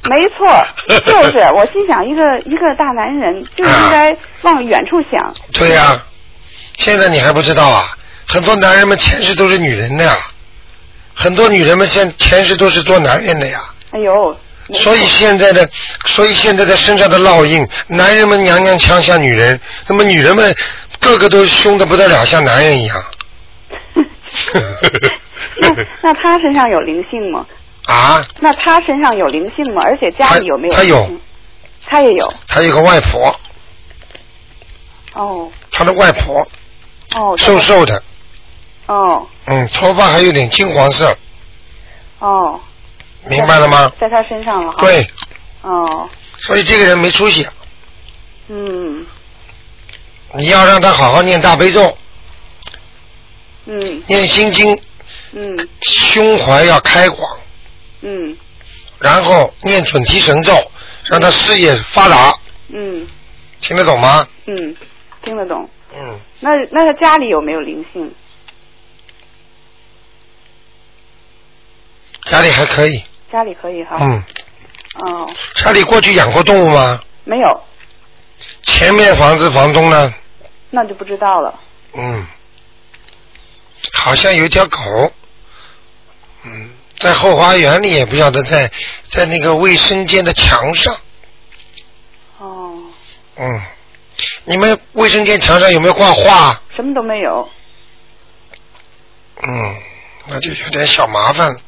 S7: 没错， 就是。我心想，一个一个大男人就应该往远处想。
S1: 对呀、现在你还不知道啊？很多男人们前世都是女人的呀，很多女人们现前世都是做男人的呀。
S7: 哎呦，
S1: 所以现在的，所以现在的身上的烙印，男人们娘娘腔像女人，那么女人们个个都凶的不得了，像男人一样。
S7: 那那他身上有灵性吗？
S1: 啊，
S7: 那他身上有灵性吗？而且家里有没有
S1: 他
S7: 灵
S1: 有
S7: 性？他也有。
S1: 他有个外婆，
S7: 哦
S1: 他的外婆
S7: 哦。他
S1: 瘦瘦的，
S7: 哦
S1: 嗯，头发还有点金黄色，
S7: 哦。
S3: 嗯
S1: 明白了吗？
S7: 在他身上了哈。。
S1: 对，
S7: 哦，
S1: 所以这个人没出息，
S7: 嗯
S1: 你要让他好好念大悲咒，
S7: 嗯
S1: 念心经，
S7: 嗯
S1: 胸怀要开广，
S7: 嗯
S1: 然后念准提神咒，让他事业发达，
S7: 嗯
S1: 听得懂吗？
S7: 嗯，听得懂。
S1: 嗯，
S7: 那那他家里有没有灵性？
S1: 家里还可以。
S7: 家里可以哈。。
S1: 嗯，
S7: 哦，
S1: 家里过去养过动物吗？
S7: 没有，
S1: 前面房子房东呢？
S7: 那就不知道了。
S1: 嗯，好像有一条狗，嗯，在后花园里也不晓得在在那个卫生间的墙上，
S7: 哦，
S1: 嗯，你们卫生间墙上有没有挂画？
S7: 什么都没有。
S1: 嗯，那就有点小麻烦了。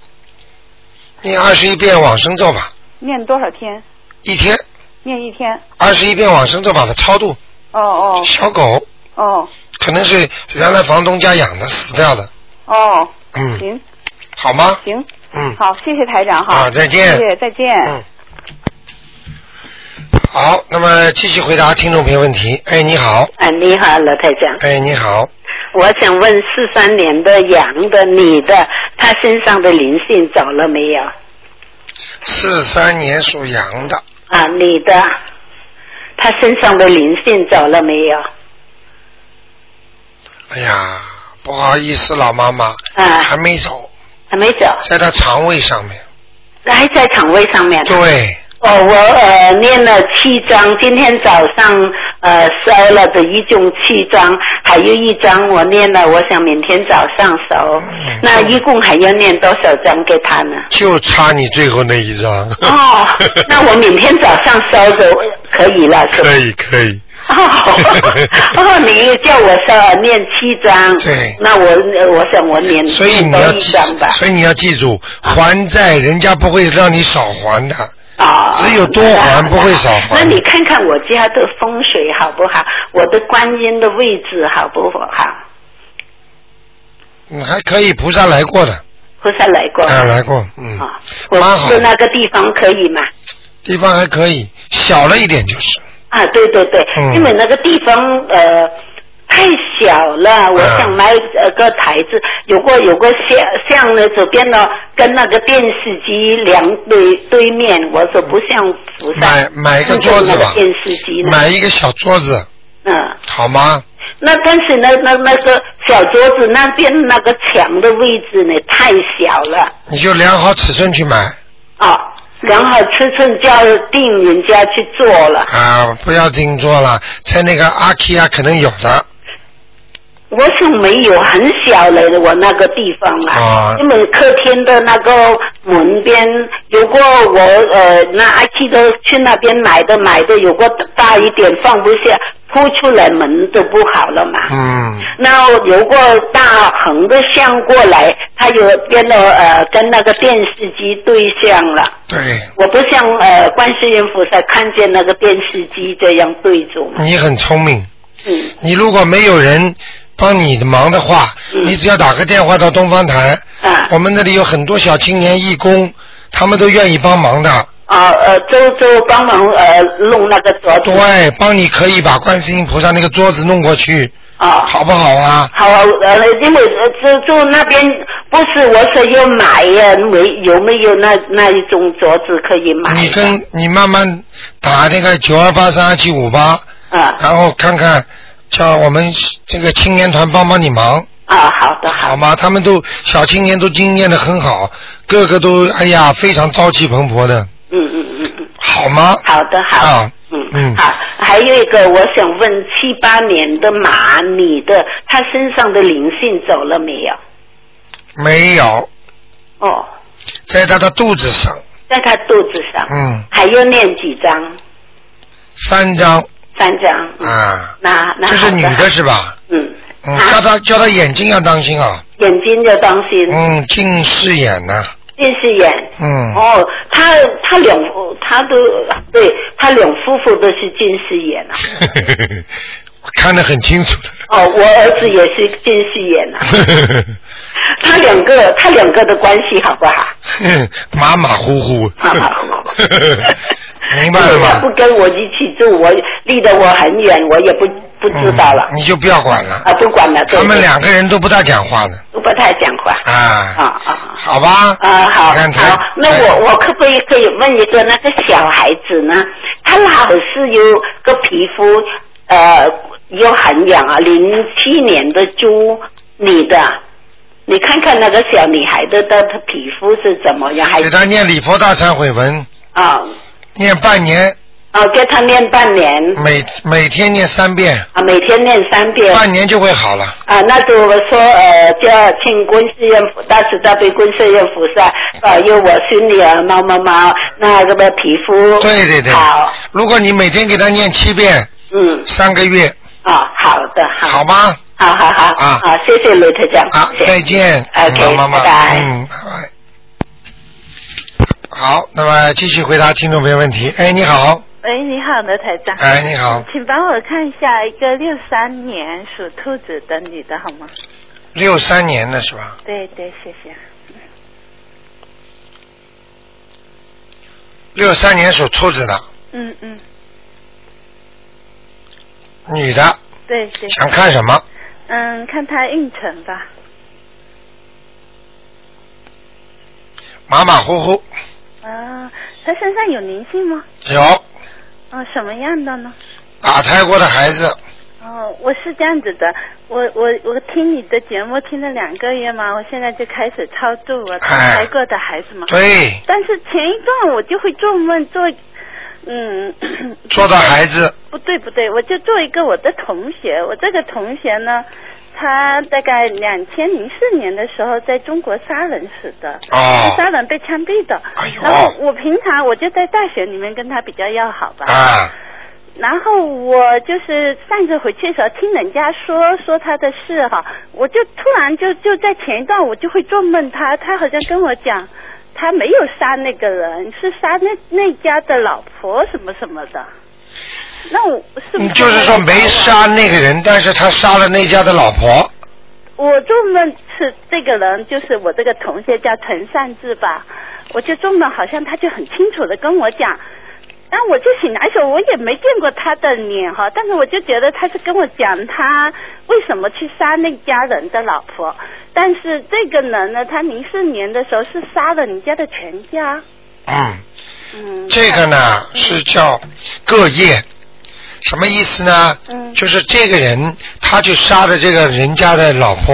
S1: 念二十一遍往生咒吧，
S7: 念多少天？
S1: 一天
S7: 念一天。
S1: 二十一遍往生咒把它超度。
S7: 哦哦
S1: 小狗
S7: 哦
S1: 可能是原来房东家养的，死掉的。
S7: 哦，
S1: 嗯，
S7: 行
S1: 好吗？
S7: 行，
S1: 嗯，
S7: 好，谢谢台长哈。
S1: 啊，再见。
S7: 谢谢，再见。
S1: 嗯。好，那么继续回答听众朋友问题。哎，你好，
S8: 哎，你好，罗台长，
S1: 哎，你好，
S8: 我想问四三年的羊的女的，她身上的灵性走了没有？
S1: 四三年属羊的，
S8: 啊，女的，她身上的灵性走了没有？
S1: 哎呀，不好意思，老妈妈，
S8: 啊，
S1: 还没走，
S8: 还没走，
S1: 在她肠胃上面。
S8: 还在肠胃上面。
S1: 对，
S8: 哦，我呃念了七章，今天早上呃烧了的一共七章，还有一章我念了，我想明天早上烧。那一共还要念多少章给她呢？
S1: 就差你最后那一张。
S8: 哦，那我明天早上烧着可以了，是吧？
S1: 可以可以，
S8: 哦， 哦， 你叫我烧念七章，
S1: 对
S8: 那我呃我想我念
S1: 所以
S8: 念
S1: 你
S8: 多
S1: 要
S8: 一
S1: 记
S8: 章吧，，
S1: 所以你要记住，还债人家不会让你少还的。
S8: 啊，
S1: 只有多还不会少还
S8: 那你看看我家的风水好不好？我的观音的位置好不好？
S1: 嗯，还可以，菩萨来过的，
S8: 菩萨来过吗
S1: 啊，来过，嗯，
S8: 啊，我
S1: 蛮好
S8: 住
S1: 的，
S8: 那个地方可以吗？
S1: 地方还可以，小了一点就是。
S8: 啊，对对对，
S1: 嗯
S8: 因为那个地方呃太小了，我
S1: 嗯
S8: 想买呃个台子，有个有个像像呢，左边呢跟那个电视机两对对面，我说不像菩萨。
S1: 买买一个桌子
S8: 那
S1: 吧
S8: 个，电视机呢？
S1: 买一个小桌子，
S8: 嗯，
S1: 好吗？
S8: 那但是呢，那那个小桌子那边那个墙的位置呢太小了
S1: 你就量好尺寸去买
S8: 啊，然后尺寸叫定人家去做了。
S1: 啊，不要定做了，在那个阿 k 啊可能有的，
S8: 我想没有很小嘞，我那个地方
S1: 啊
S8: 啊，因为客厅的那个门边，如果我呃那阿七都去那边买的买的，有个大一点放不下，铺出来门都不好了嘛。
S1: 嗯，
S8: 那如果大横的向过来，它有变得呃跟那个电视机对向了。
S1: 对，
S8: 我不像呃观世音菩萨看见那个电视机这样对着嘛。
S1: 你很聪明，
S8: 嗯
S1: 你如果没有人帮你的忙的话，
S8: 嗯
S1: 你只要打个电话到东方台，
S8: 啊。
S1: 我们那里有很多小青年义工，他们都愿意帮忙的，
S8: 啊呃，周周帮忙呃弄那个桌子。
S1: 对，帮你可以把观世音菩萨那个桌子弄过去，
S8: 哦，
S1: 好不好啊？
S8: 好啊，呃，因为呃就就那边不是我说要买呀、没有没有那那一种桌子可以买的？
S1: 你跟你慢慢打那个九二八三二七五八，
S8: 啊
S1: 然后看看叫我们这个青年团帮帮你忙，
S8: 啊，好的好
S1: 好吗？他们都小青年都经验的很好，个个都哎呀非常朝气蓬勃的，
S8: 嗯嗯嗯嗯，
S1: 好吗？
S8: 好的好。
S1: 啊，
S8: 嗯
S1: 嗯
S8: 好，还有一个我想问，七八年的马，你的他身上的灵性走了没有？
S1: 没有，
S8: 哦，
S1: 在他的肚子上，
S8: 在他肚子上，
S1: 嗯，
S8: 还要念几张？
S1: 三张
S8: 三张。嗯、
S1: 啊，
S8: 那那
S1: 这是
S8: 好
S1: 女
S8: 好
S1: 的是吧？
S8: 嗯，
S1: 嗯，
S8: 啊
S1: 叫他叫他眼睛要当心啊，
S8: 眼睛要当心，
S1: 嗯，近视眼呐、
S8: 近视眼。
S1: 嗯，
S8: 哦，他他两夫他都对他两夫妇都是近视眼啊。
S1: 我看得很清楚的，
S8: 哦，我儿子也是近视眼啊。 他两个他两个的关系好不好？
S1: 马马虎虎，
S8: 马马虎虎
S1: 明白了
S8: 因为 他
S1: 吗？
S8: 不跟我一起住，我离得我很远，我也不不知道了
S1: 嗯、你就不要管了，
S8: 啊，不管了。对
S1: 他们两个人都不大讲话的
S8: 都不太讲话。啊
S1: 啊，
S8: 啊啊！
S1: 好吧？
S8: 啊，好，
S1: 你看他哎
S8: 好，那我我可不可以可以问一个那个小孩子呢？他老是有个皮肤呃有痕痒啊，零七年的猪女的，你看看那个小女孩的的她皮肤是怎么样？还
S1: 给他念礼佛大忏悔文，
S8: 啊
S1: 念半年，
S8: 啊，给她念半年
S1: 每每天念三遍，
S8: 啊，每天念三遍。
S1: 半年就会好了。
S8: 啊，那就我说呃，叫请观世音菩大慈大悲观世音菩萨保佑我孙女儿猫猫猫那个皮肤
S1: 对对对
S8: 好，
S1: 如果你每天给他念七遍，
S8: 嗯
S1: 三个月，
S8: 啊，好的
S1: 好
S8: 好，
S1: 吗？
S8: 好好好
S1: 啊
S8: 好，谢谢卢台长，
S1: 好，
S8: 谢谢
S1: 再见，
S8: OK，
S1: 嗯妈妈，
S8: 拜拜
S1: 嗯，拜拜。好，那么继续回答听众朋友问题。哎，你好，
S3: 喂，你好，罗台长。
S1: 哎，你好，
S3: 请帮我看一下一个六三年属兔子的女的好吗？
S1: 六三年的是吧？
S3: 对对，谢谢。
S1: 六三年属兔子的
S3: 嗯嗯，
S1: 女的，
S3: 对对，
S1: 想看什么？
S3: 嗯，看她运程吧。
S1: 马马虎虎，
S3: 啊，她身上有灵性吗？
S1: 有
S3: 哦，什么样的呢？
S1: 打胎过的孩子，
S3: 哦，我是这样子的，我我我听你的节目听了两个月嘛，我现在就开始超度我打
S1: 哎
S3: 胎过的孩子嘛。
S1: 对，
S3: 但是前一段我就会做梦做，嗯，
S1: 做的孩子，
S3: 不对不对，我就做一个我的同学，我这个同学呢，他大概两千零四年的时候在中国杀人死的，
S1: 哦，
S3: 杀人被枪毙的。
S1: 哎呦
S3: 然后我平常我就在大学里面跟他比较要好吧，
S1: 啊，
S3: 然后我就是上次回去的时候听人家说说他的事哈，我就突然就就在前一段我就会做梦他，他好像跟我讲。他没有杀那个人，是杀那那家的老婆什么什么的。那我是不
S1: 你嗯
S3: 是
S1: 就是说没杀那个人，但是他杀了那家的老婆，
S3: 我做梦是这个人，就是我这个同学叫陈善志吧，我就做梦好像他就很清楚的跟我讲，但我就醒来的时候我也没见过他的脸哈，但是我就觉得他是跟我讲他为什么去杀那家人的老婆，但是这个人呢，他零四年的时候是杀了人家的全家，
S1: 嗯。
S3: 嗯，
S1: 这个呢是叫各业，什么意思呢？
S3: 嗯
S1: 就是这个人他去杀了这个人家的老婆，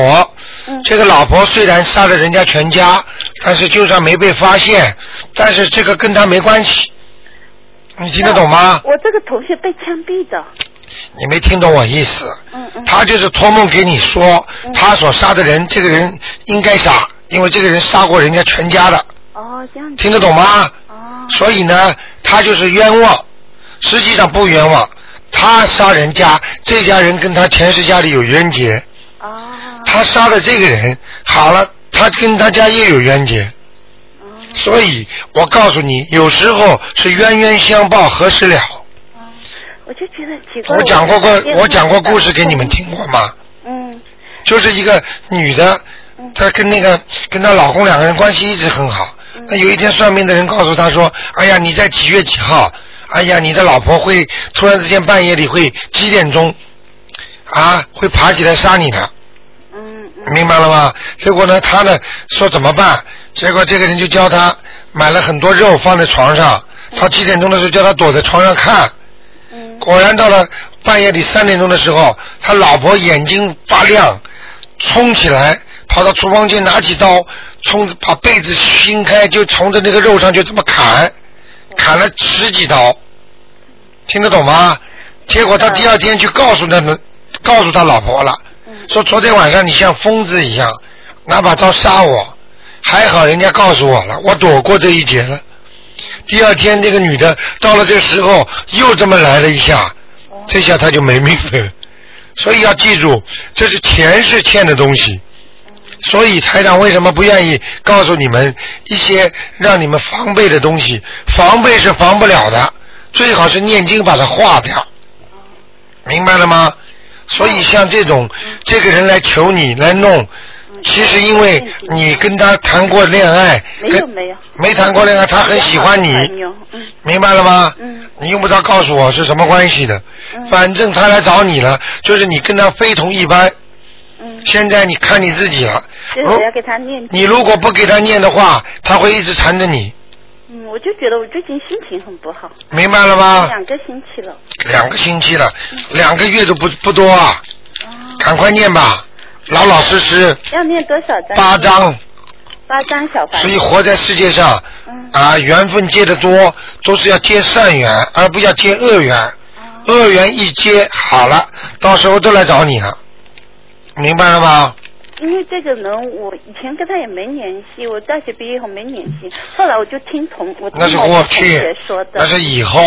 S3: 嗯
S1: 这个老婆虽然杀了人家全家，但是就算没被发现，但是这个跟他没关系。你听得懂吗？
S3: 我这个同学被枪毙的，
S1: 你没听懂我意思。
S3: 嗯嗯，
S1: 他就是托梦给你说，他所杀的人，这个人应该杀，因为这个人杀过人家全家的，
S3: 哦这样子，
S1: 听得懂吗？
S3: 哦
S1: 所以呢，他就是冤枉，实际上不冤枉，他杀人家，这家人跟他前世家里有冤结，
S3: 哦
S1: 他杀了这个人，好了，他跟他家也有冤结，
S3: 哦
S1: 所以我告诉你，有时候是冤冤相报何时了。
S3: 哦，我就觉得奇怪。
S1: 我讲过
S3: 我
S1: 个
S3: 就觉得
S1: 我讲过故事给你们。听过吗？
S3: 嗯
S1: 就是一个女的
S3: 嗯，
S1: 她跟那个跟她老公两个人关系一直很好。那有一天算命的人告诉她说：“哎呀，你在几月几号？哎呀，你的老婆会突然之间半夜里会几点钟？啊，会爬起来杀你的。嗯。明白了吗？结果呢，他呢说怎么办？结果这个人就教他买了很多肉放在床上，到七点钟的时候叫他躲在床上看。果然到了半夜里三点钟的时候，他老婆眼睛发亮，冲起来，跑到厨房间拿起刀，冲把被子掀开，就从着那个肉上就这么砍，砍了十几刀，听得懂吗？结果他第二天去告诉他的，告诉他老婆了，说昨天晚上你像疯子一样拿把刀杀我，还好人家告诉我了，我躲过这一劫了。第二天那个女的到了这时候又这么来了一下，这下她就没命了。所以要记住，这是前世欠的东西。所以台长为什么不愿意告诉你们一些让你们防备的东西？防备是防不了的，最好是念经把它化掉，明白了吗？所以像这种这个人来求你来弄，其实因为你跟他谈过恋爱，
S3: 没
S1: 跟
S3: 有没有，
S1: 没谈过恋爱，他很喜欢你，
S3: 嗯
S1: 明白了吗？嗯，你用不着告诉我是什么关系的，
S3: 嗯
S1: 反正他来找你了，就是你跟他非同一般。嗯，现在你看你自己了，
S3: 就是我要给他念。
S1: 你如果不给他念的话，他会一直缠着你，
S3: 嗯，我就觉得我最近心情很不好。
S1: 明白了吗
S3: 两个星期了，
S1: 两个星期了，
S3: 嗯
S1: 两个月都不不多啊，赶快念吧，
S3: 嗯
S1: 老老实实，
S3: 要念多少章？
S1: 八章。
S3: 八张小嗯房子。
S1: 所以活在世界上，啊，缘分结得多，都是要结善缘，而不要结恶缘。
S3: 嗯
S1: 恶缘一结好了，到时候都来找你了，明白了吗？
S3: 因为这个人，我以前跟他也没联系，我大学毕业以后没联系，后来我就听同我听
S1: 那是
S3: 嗯我
S1: 过
S3: 同学
S1: 去
S3: 说的，，嗯
S1: 那是以后。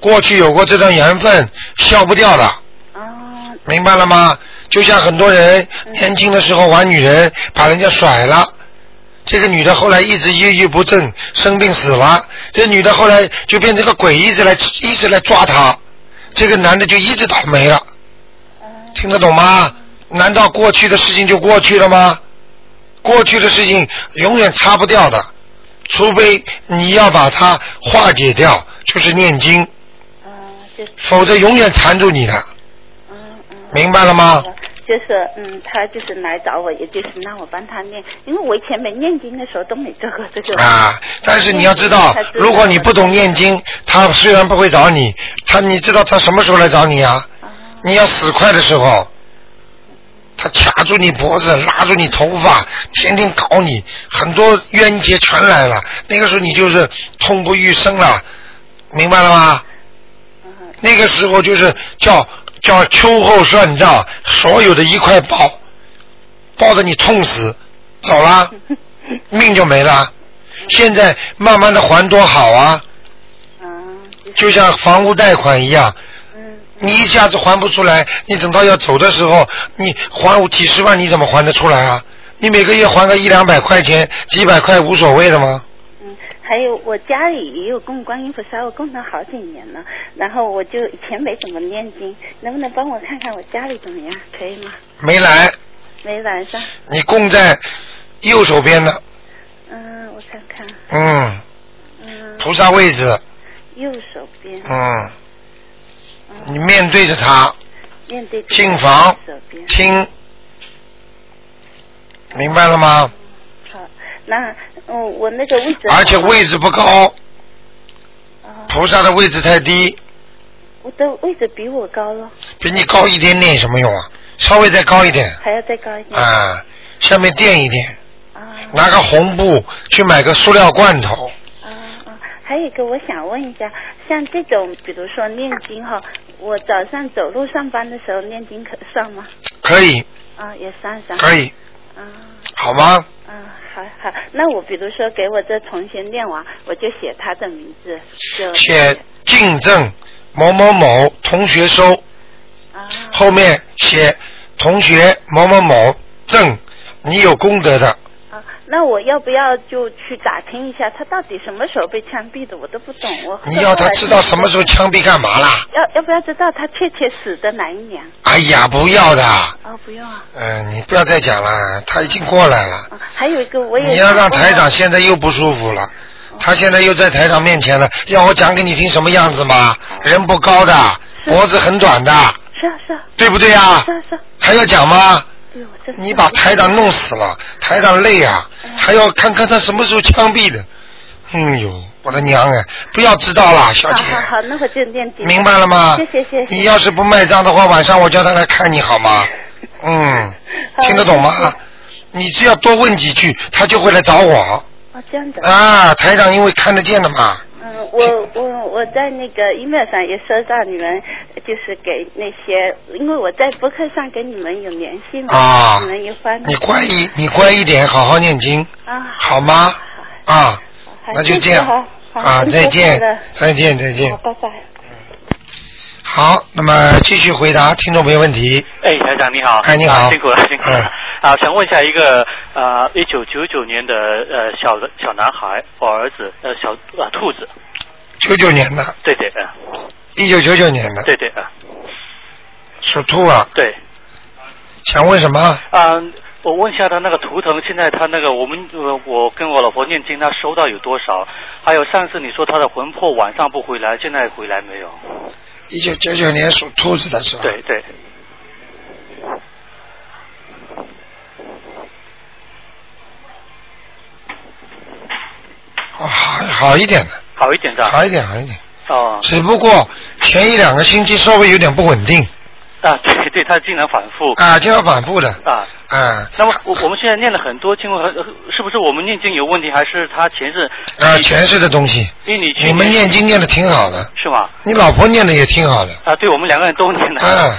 S1: 过去有过这段缘分，消不掉的。
S3: 啊
S1: 明白了吗？就像很多人
S3: 嗯
S1: 年轻的时候玩女人，把人家甩了。这个女的后来一直抑郁不振，生病死了。这女的后来就变成个鬼，一直来一直来抓他。这个男的就一直倒霉了。
S3: 啊
S1: 听得懂吗？难道过去的事情就过去了吗？过去的事情永远擦不掉的，除非你要把它化解掉，就是念经。
S3: 啊
S1: 否则永远缠住你的。
S3: 嗯
S1: 明白了吗？
S3: 就是嗯，他就是来找我，也就是让我帮他念，因为我以前没念经的时候都没做过这个
S1: 啊，但是你要知道
S3: 念经才，
S1: 如果你不懂念经，他虽然不会找你，他你知道他什么时候来找你啊？你要死快的时候，他卡住你脖子，拉住你头发，天天搞你，很多冤结全来了。那个时候你就是痛不欲生了，明白了吗？
S3: 嗯
S1: 那个时候就是叫叫秋后算账，所有的一块报，抱着你痛死，走啦， 命就没了。现在慢慢的还多好啊，
S3: 嗯
S1: 就像房屋贷款一样，你一下子还不出来，你等到要走的时候，你还几十万你怎么还得出来啊？你每个月还个一两百块钱、几百块无所谓的吗？
S3: 嗯还有我家里也有供观音菩萨，我供了好几年了，然后我就以前没怎么念经，能不能帮我看看我家里怎么样，可以吗？
S1: 没来，
S3: 没晚上，
S1: 你供在右手边的，
S3: 嗯，我看看，
S1: 嗯，
S3: 嗯，
S1: 菩萨位置，
S3: 右手边，
S1: 嗯，你面对着他，
S3: 面对着
S1: 进房
S3: 右手边，
S1: 听，明白了吗？
S3: 那嗯，我那个位置，
S1: 而且位置不高，菩萨的位置太低，
S3: 我的位置比我高了，
S1: 比你高一点点有什么用啊？稍微再高一点
S3: 还要再高一点，啊
S1: 啊，下面垫一点，拿个红布去买个塑料罐头，
S3: 嗯还有一个，我想问一下，像这种，比如说念经哈，我早上走路上班的时候念经可算吗？
S1: 可以
S3: 啊，也算上。
S1: 可以，好吗？
S3: 嗯，好好。那我比如说给我这同学念完，我就写他的名字，就
S1: 写敬正某某某同学收，
S3: 啊
S1: 后面写同学某某某正，你有功德的，
S3: 那我要不要就去打听一下他到底什么时候被枪毙的？我都不懂。我
S1: 你要他知道什么时候枪毙干嘛啦？
S3: 要要不要知道他确切死的哪一年？
S1: 哎呀，不要的，
S3: 哦，不用啊。
S1: 嗯、你不要再讲了，他已经过来了。
S3: 还有一个，我也哦
S1: 你要让
S3: 想问
S1: 台
S3: 啊
S1: 长现在又不舒服了，他现在又在台
S3: 哦
S1: 长面前了，要我讲给你听什么样子吗？人不高的，脖子很短的，
S3: 是啊是啊。
S1: 对不对啊
S3: 是啊是啊。
S1: 还要讲吗？
S3: 哎呦，我真是嗯
S1: 你把台长弄死了，台长累啊，还要看看他什么时候枪毙的。嗯呦，我的娘哎！不要知道啦，小姐，
S3: 好好好，那我就念经。
S1: 明白了吗？
S3: 谢谢谢谢。
S1: 你要是不卖账的话，晚上我叫他来看你好吗？嗯，听得懂吗？你只要多问几句，他就会来找我。
S3: 哦，这样的。
S1: 啊，台长因为看得见的嘛。
S3: 嗯，我我我在那个 email 上也说让你们就是给那些，因为我在博客上跟你们有联系嘛，
S1: 啊
S3: 你们有翻
S1: 你乖一，你乖一点，好好念经，
S3: 啊，
S1: 好吗？啊，那就这样
S3: 好好嗯
S1: 啊，再见
S3: 谢谢了，
S1: 再见，再见
S3: 好，。拜拜。
S1: 好，那么继续回答听众朋友问题。
S9: 哎，台长你好，啊
S1: 哎你好嗯
S9: 辛苦了，辛苦了。啊，想问一下一个呃，一九九九年的呃小的小男 孩，我儿子，呃小啊兔子，
S1: 九九年的，
S9: 对对，嗯、
S1: 一九九九年的，
S9: 对对，嗯、
S1: 属兔啊，
S9: 对，
S1: 想问什么？
S9: 嗯、我问一下他那个图腾，现在他那个我们呃我跟我老婆念经，他收到有多少？还有上次你说他的魂魄晚上不回来，现在回来没有？
S1: 一九九九年属兔子的是吧？
S9: 对对，
S1: 好哦好好一点的，
S9: 好一点的。
S1: 好一点，好一点。
S9: 哦
S1: 只不过前一两个星期稍微有点不稳定
S9: 啊，对对，他经常反复。
S1: 啊，就要反复的
S9: 啊，
S1: 啊
S9: 那么我我们现在念了很多经文，呃是不是我们念经有问题，还是他前世？
S1: 啊，前世的东西。
S9: 因为 你去
S1: 你们念经念的挺好的，
S9: 是吗？
S1: 你老婆念的也挺好的，
S9: 啊，对，我们两个人都念的。
S1: 嗯，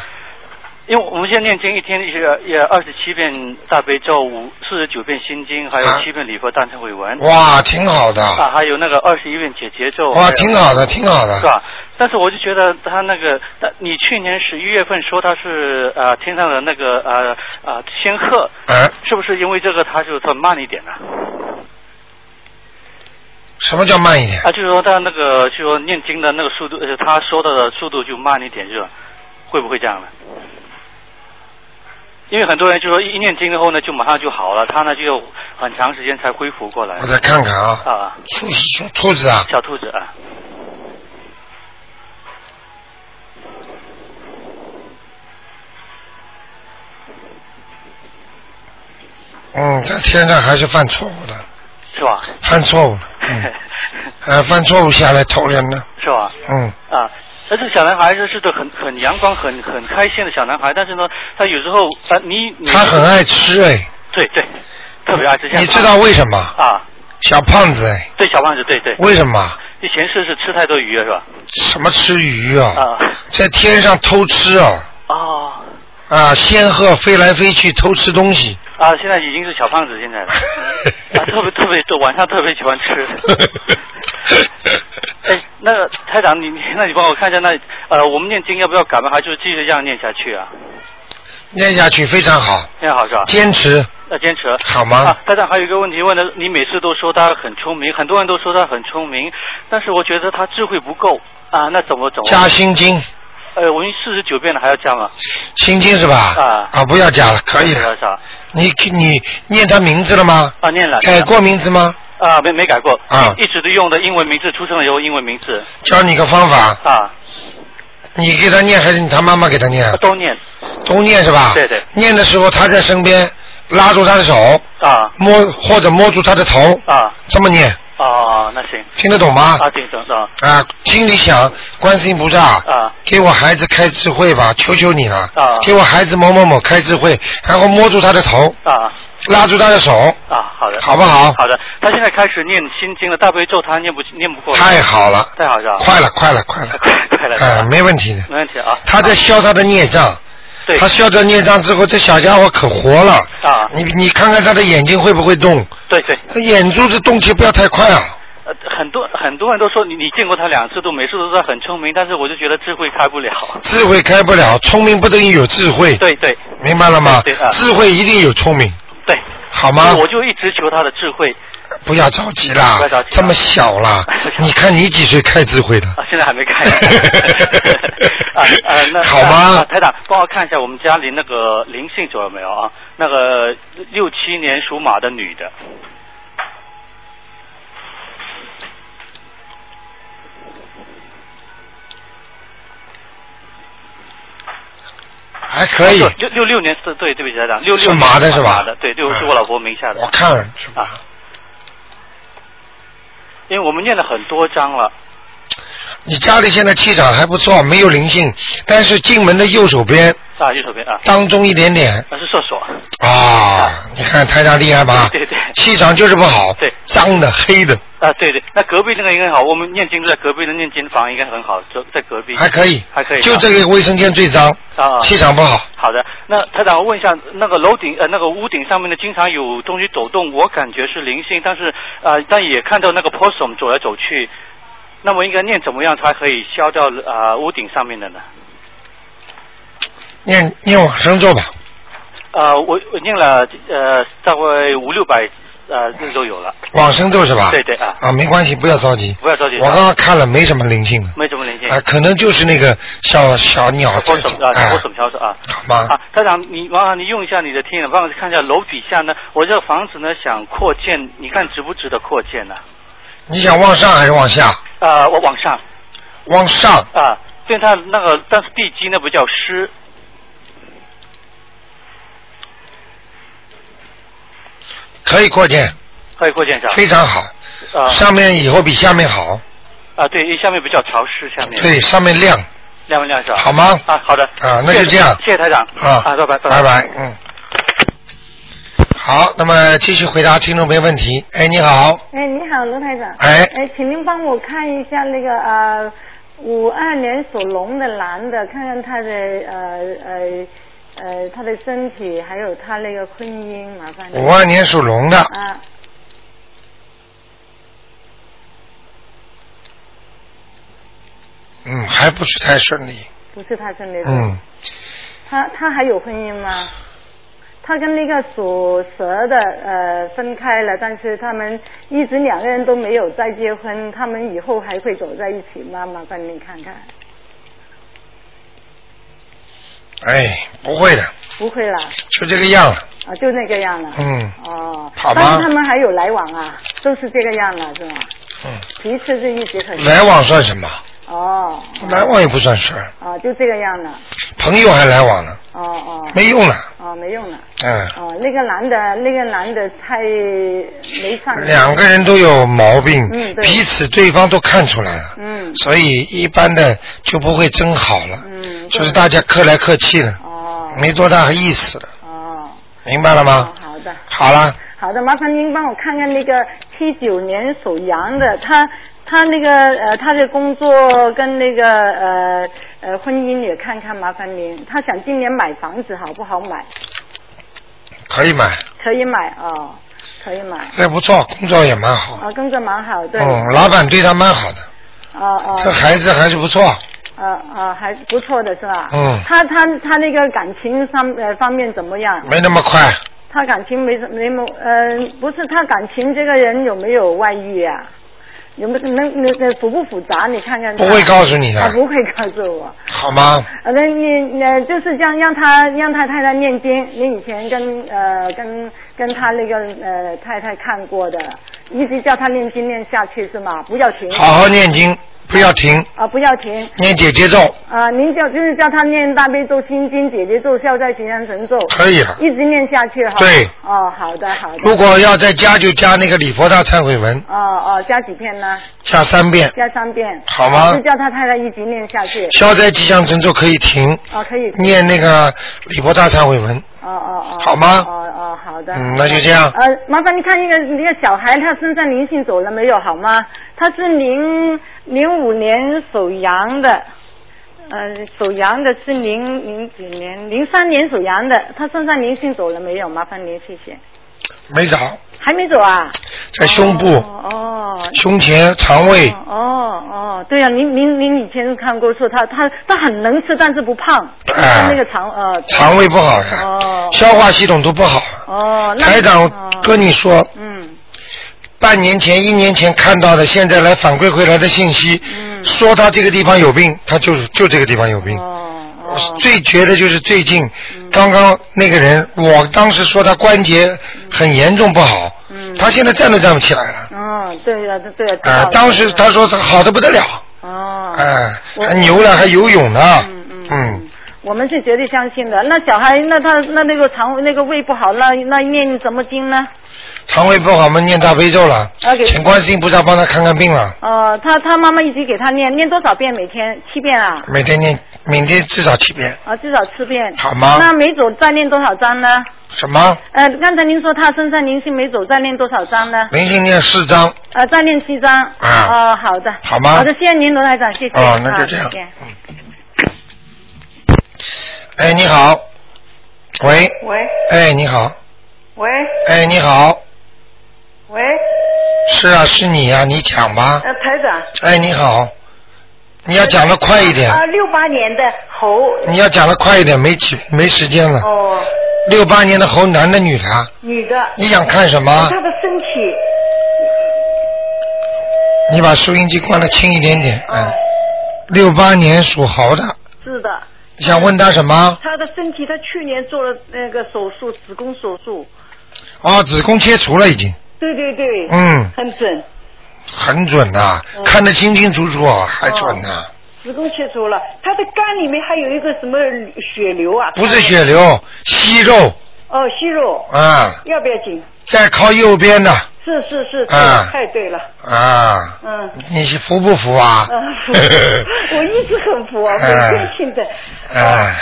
S9: 因为我们现在念经一天是也二十七遍大悲咒，五四十九遍心经，还有
S1: 啊
S9: 七遍礼佛大忏悔文。
S1: 哇，挺好的，
S9: 啊，还有那个二十一遍解结咒。
S1: 哇
S9: 还有，
S1: 挺好的，挺好
S9: 是
S1: 的。
S9: 吧？但是我就觉得他那个，他你去年十一月份说他是呃天上的那个呃呃仙鹤，
S1: 哎，
S9: 是不是因为这个他就他慢一点呢、啊
S1: 什么叫慢一点？
S9: 啊，就是说他那个，就是说念经的那个速度，呃，他说的速度就慢一点，是吧？会不会这样呢？因为很多人就说一一念经之后呢，就马上就好了，他呢就很长时间才恢复过来。
S1: 我再看看啊，
S9: 啊，
S1: 属属兔子啊，
S9: 小兔子啊，
S1: 嗯，在天上还是犯错误的，
S9: 是吧？
S1: 犯错误了，嗯，呃，犯错误下来投人了，
S9: 是吧？
S1: 嗯，
S9: 啊，但是小男孩就是个很很阳光、很很开心的小男孩，但是呢，他有时候啊，你你
S1: 他很爱吃哎，
S9: 对对，特别爱吃香肠。
S1: 你知道为什么？
S9: 啊？
S1: 小胖子哎，
S9: 对，小胖子，对对，
S1: 为什么？
S9: 以前是是吃太多鱼了，是吧？
S1: 什么吃鱼啊？
S9: 啊
S1: 在天上偷吃啊，
S9: 哦。
S1: 啊，仙鹤飞来飞去偷吃东西，
S9: 啊，现在已经是小胖子，现在 了，啊，特别特别多，晚上特别喜欢吃。哎，那个台长，你你那你帮我看一下，那呃，我们念经要不要改吗？还是继续这样念下去啊？
S1: 念下去非常好，
S9: 这样好是吧？
S1: 坚持
S9: 要坚持。
S1: 好吗
S9: 啊？，台长还有一个问题问的，你每次都说他很聪明，很多人都说他很聪明，但是我觉得他智慧不够啊，那怎么怎么？
S1: 加心经，
S9: 呃，我们四十九遍了，还要啊加吗？
S1: 心经是吧？
S9: 啊
S1: 啊，不要加了，可以
S9: 还
S1: 了
S9: 要。加
S1: 你你念他名字了吗？
S9: 啊，念了。
S1: 改
S9: 念了
S1: 过名字吗？
S9: 啊，没没改过
S1: 啊
S9: 一一直都用的英文名字，出生了以后英文名字
S1: 教你个方法，
S9: 啊，
S1: 你给他念还是你他妈妈给他念？啊
S9: 都念
S1: 都念是吧？
S9: 啊对对。
S1: 念的时候他在身边，拉住他的手，
S9: 啊。
S1: 摸或者摸住他的头，
S9: 啊
S1: 这么念，
S9: 啊，那行
S1: 听得懂吗？
S9: 啊，定等等
S1: 啊，心里想，观世音菩萨，
S9: 啊
S1: 给我孩子开智慧吧，求求你了，
S9: 啊
S1: 给我孩子某某某开智慧，然后摸住他的头，
S9: 啊
S1: 拉住他的手，
S9: 啊，好的，
S1: 好不好？
S9: 好的，他现在开始念心经了，大悲咒他念不念不过来，
S1: 太好了，
S9: 太好是吧？
S1: 快了，快了，快了，
S9: 啊快快了，
S1: 哎，没问题的。
S9: 没问题啊。
S1: 他在消他的孽障，
S9: 对
S1: 他消掉孽障之后，这小家伙可活了。
S9: 啊，
S1: 你你看看他的眼睛会不会动？
S9: 对对，
S1: 他眼珠子动起不要太快啊！
S9: 呃，很多很多人都说你你见过他两次都每次都说他很聪明，但是我就觉得智慧开 不了。
S1: 智慧开不了，聪明不等于有智慧，
S9: 对对
S1: 明白了吗？
S9: 对对啊
S1: 智慧一定有聪明，
S9: 对，
S1: 好吗
S9: 所以？我就一直求他的智慧
S1: 不要着急啦
S9: 不要着，急啊，
S1: 这么小啦 你看你几岁开智慧的？
S9: 啊，现在还 没开。啊啊，那
S1: 好吗
S9: 啊台长，帮我看一下我们家里那个灵性走了没有啊？那个六七年属马的女的。
S1: 还可以
S9: 啊对六六六年是对，对不起，台长，六六
S1: 属马的是吧
S9: 马的，对，六是我老婆名下的。
S1: 我看了是
S9: 啊，因为我们念了很多章了，
S1: 你家里现在气场还不错，没有灵性，但是进门的右手边
S9: 啊，右手边啊，
S1: 当中一点点
S9: 啊是厕所，
S1: 啊，你看台长厉害吧？
S9: 对对对
S1: 气场就是不好，
S9: 对，
S1: 脏的、黑的，
S9: 啊，对对，那隔壁那个应该很好，我们念经就在隔壁的念经房应该很好，就在隔壁。
S1: 还可以，
S9: 还可以
S1: 就
S9: 啊
S1: 这个卫生间最脏，
S9: 啊，
S1: 气场不好。
S9: 好的，那台长，我问一下，那个楼顶呃，那个屋顶上面呢，经常有东西走动，我感觉是灵性，但是呃，但也看到那个 possum 走来走去，那么应该念怎么样才可以消掉呃屋顶上面的呢？
S1: 念念往生咒吧，
S9: 呃，我我念了呃大概五六百呃都有了，
S1: 往生咒是吧？
S9: 对对啊，
S1: 啊，没关系，不要着急。
S9: 不要着急啊嗯
S1: 我刚刚看了，没什么灵性的，
S9: 没什么灵性。
S1: 啊，可能就是那个小小鸟在
S9: possum 啊
S1: 哎
S9: ，possum 消失啊。
S1: 好吗？
S9: 啊，台长，你麻烦你用一下你的天眼，帮我看一下楼底下呢。我这个房子呢想扩建，你看值不值得扩建呢、
S1: 你想往上还是往下？
S9: 啊，我往上
S1: 往上，
S9: 啊，对它那个，但是地基呢比较湿，
S1: 可以扩建，
S9: 可以扩建一下。
S1: 非常好。
S9: 啊
S1: 上面以后比下面好，
S9: 啊，对，因为下面比较潮湿，下面
S1: 对，上面亮
S9: 亮不亮是吧？
S1: 好吗
S9: 啊，好的
S1: 啊那就
S9: 谢谢
S1: 这样
S9: 谢谢台长
S1: 啊。
S9: 啊，拜拜
S1: 拜拜，嗯。好，那么继续回答听众朋友问题。哎，你好，
S10: 哎，你好，卢台长。
S1: 哎
S10: 哎，请您帮我看一下那个呃，五二年属龙的男的，看看他的呃呃呃他的身体，还有他那个婚姻，麻烦你。
S1: 五二年属龙的，
S10: 啊，
S1: 嗯，还不是太顺利，
S10: 不是他顺利。
S1: 嗯，
S10: 他他还有婚姻吗？他跟那个属蛇的呃分开了，但是他们一直两个人都没有再结婚，他们以后还会走在一起吗？麻烦你看看，
S1: 哎，不会的，
S10: 不会啦，
S1: 就这个样了，
S10: 啊，就那个样了。
S1: 嗯
S10: 哦，
S1: 好吧
S10: 但是他们还有来往啊，都是这个样了，是吗？
S1: 嗯，
S10: 其次是一直很
S1: 来往算什么？
S10: 哦
S1: 来往也不算事儿，
S10: 哦，就这个样了，
S1: 朋友还来往呢，
S10: 哦哦，
S1: 没用了，
S10: 哦没用了，
S1: 嗯，
S10: 哦那个男的那个男的太没上
S1: 两个人都有毛病，
S10: 嗯对
S1: 彼此对方都看出来了，
S10: 嗯
S1: 所以一般的就不会争好了，
S10: 嗯
S1: 就是大家客来客气的，
S10: 哦
S1: 没多大意思了，
S10: 哦
S1: 明白了
S10: 哦
S1: 吗？
S10: 好的
S1: 好了，
S10: 好的，麻烦您帮我看看那个七九年属羊的，他他那个呃他的工作跟那个呃呃婚姻也看看，麻烦您，他想今年买房子好不好买？
S1: 可以买，
S10: 可以买哦，可以买。
S1: 这不错，工作也蛮好，
S10: 啊，工作蛮好，对。
S1: 嗯，老板对他蛮好的，
S10: 哦哦。
S1: 这孩子还是不错，
S10: 呃呃，还不错的是吧？
S1: 嗯
S10: 他他他那个感情上呃方面怎么样？
S1: 没那么快，
S10: 他感情没没么呃，不是他感情这个人有没有外遇啊？有没有能能复不复杂？你看看他。
S1: 不会告诉你的
S10: 他不会告诉我。
S1: 好吗？
S10: 呃，那你呃就是这样，让他让他太太念经。你以前跟呃跟跟他那个呃太太看过的，一直叫他念经念下去是吗？不要停。
S1: 好好念经，不要停，
S10: 啊，不要停。
S1: 念姐姐咒，
S10: 啊，您叫就是叫他念大悲咒、心经、姐姐咒、消灾吉祥神咒，
S1: 可以了
S10: 一直念下去哈。
S1: 对。
S10: 哦，好的，好的。
S1: 如果要再加就加那个礼佛大忏悔文，
S10: 哦哦，加几遍呢？
S1: 加三遍，
S10: 加三遍。
S1: 好吗
S10: 就叫他太太一直念下去。
S1: 消灾吉祥神咒可以停，
S10: 哦，可以。
S1: 念那个礼佛大忏悔文，
S10: 哦哦哦。
S1: 好吗
S10: 哦哦，好的。
S1: 嗯那就这样
S10: 呃，麻烦你看一个那个小孩，他身上灵性走了没有？好吗？他是零零五年属羊的。呃，属羊的是零零几年，零三年属羊的，他身上灵性走了没有？麻烦您，谢谢。
S1: 没找，
S10: 还没走啊？
S1: 在胸部、
S10: 哦
S1: 胸前、肠胃，
S10: 哦哦，对呀、您您您以前看过说他他他很能吃，但是不胖，他哦那个肠呃
S1: 啊肠胃不好呀
S10: 哦
S1: 消化系统都不好。
S10: 哦，那
S1: 台
S10: 哦
S1: 长跟你说，
S10: 嗯
S1: 半年前、一年前看到的，现在来反馈回来的信息，说他这个地方有病，他就是就这个地方有病。
S10: 嗯哦嗯
S1: 我是最觉得就是最近刚刚那个人，我当时说他关节很严重不好，
S10: 嗯
S1: 他现在站都站不起来了。
S10: 哦，对呀、对呀、知道
S1: 啊、
S10: 了
S1: 当时他说他好的不得了，
S10: 哦
S1: 哎、
S10: 我
S1: 还牛了，还游泳呢，嗯
S10: 我们是绝对相信的。那小孩，那他那那个肠那个胃不好，那那念什么经呢？
S1: 肠胃不好，我们念大悲咒了，
S10: 啊，给
S1: 请观世音菩萨帮他看看病了，
S10: 呃，他他妈妈一直给他念，念多少遍每天？七遍啊？
S1: 每天念，每天至少七遍。
S10: 啊，至少四遍。
S1: 好吗
S10: 那每组再念多少章呢？
S1: 什么？
S10: 呃，刚才您说他身上灵性每组再念多少章呢？
S1: 灵性念四张，
S10: 呃，再念七章。
S1: 啊
S10: 哦，好的。
S1: 好吗
S10: 好的，谢谢您，罗台长，谢谢。
S1: 哦那就
S10: 啊
S1: 这样嗯
S10: 谢谢
S1: 哎，你好，喂，
S7: 喂
S1: 哎，你好，
S7: 喂
S1: 哎，你好，
S7: 喂，
S1: 是啊，是你呀、你讲吧。
S7: 呃，台长。
S1: 哎，你好，你要讲的快一点，
S7: 啊，六八年的猴。
S1: 你要讲的快一点，没起没时间了。
S7: 哦，
S1: 六八年的猴，男的女的啊？
S7: 女的。
S1: 你想看什么
S7: 她的身体，
S1: 你把收音机关的轻一点点，哎。六八年属猴的，
S7: 是的。
S1: 想问他什么？
S7: 她的身体，她去年做了那个手术，子宫手术。
S1: 哦，子宫切除了已经，
S7: 对对对。
S1: 嗯
S7: 很准，
S1: 很准呐、
S7: 嗯
S1: 看得清清楚楚，还准呐、
S7: 子宫切除了，她的肝里面还有一个什么血瘤啊？
S1: 不是血瘤，息肉
S7: 哦，息肉。
S1: 啊，
S7: 要不要紧？
S1: 在靠右边的
S7: 是是是，对
S1: 啊
S7: 太对了，
S1: 啊，
S7: 嗯。
S1: 你是服不服啊？
S7: 嗯，我一直很服啊，
S1: 哎
S7: 很相信的。
S1: 啊，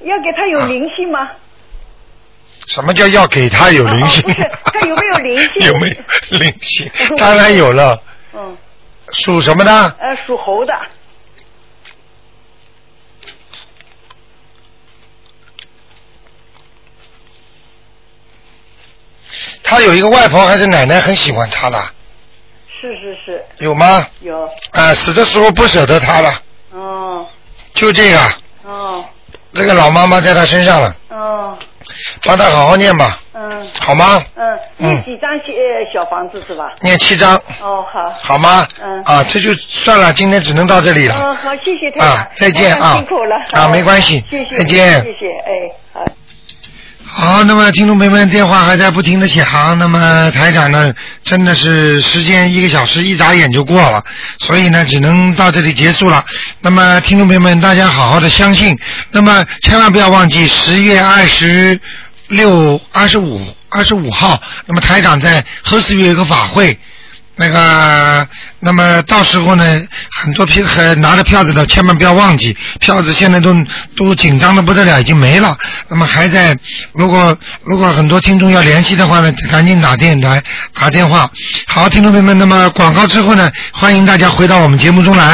S7: 要给他有灵性吗？
S1: 什么叫要给他有灵性？
S7: 哦哦不是他有没有灵性
S1: 有没有灵性？当然有了。
S7: 嗯。
S1: 属什么的？
S7: 呃，属猴的，
S1: 他有一个外婆还是奶奶很喜欢他的，
S7: 是是是，
S1: 有吗？
S7: 有。
S1: 啊，死的时候不舍得他了，
S7: 哦
S1: 就这个，
S7: 哦
S1: 这个老妈妈在他身上了，
S7: 哦，
S1: 帮他好好念吧，
S7: 嗯
S1: 好吗？
S7: 嗯，
S1: 嗯
S7: 念几张呃小房子是吧？
S1: 念七张
S7: 哦，好。
S1: 好吗？
S7: 嗯。
S1: 啊，这就算了，今天只能到这里了。
S7: 嗯，好，谢谢台
S1: 啊
S7: 长，
S1: 再见
S7: 台长
S1: 啊
S7: 辛苦了
S1: 啊
S7: 好
S1: 没关系
S7: 谢谢，
S1: 再见
S7: 谢谢，哎，好。
S1: 好，那么听众朋友们，电话还在不停的响，那么台长呢，真的是时间一个小时一眨眼就过了，所以呢，只能到这里结束了。那么听众朋友们，大家好好的相信，那么千万不要忘记十月二十六、二十五、二十五号，那么台长在何思月有一个法会。那个，那么到时候呢，很多票还拿着票子的，千万不要忘记，票子现在都都紧张的不得了，已经没了。那么还在，如果如果很多听众要联系的话呢，赶紧打电台打电话。好，听众朋友们，那么广告之后呢，欢迎大家回到我们节目中来。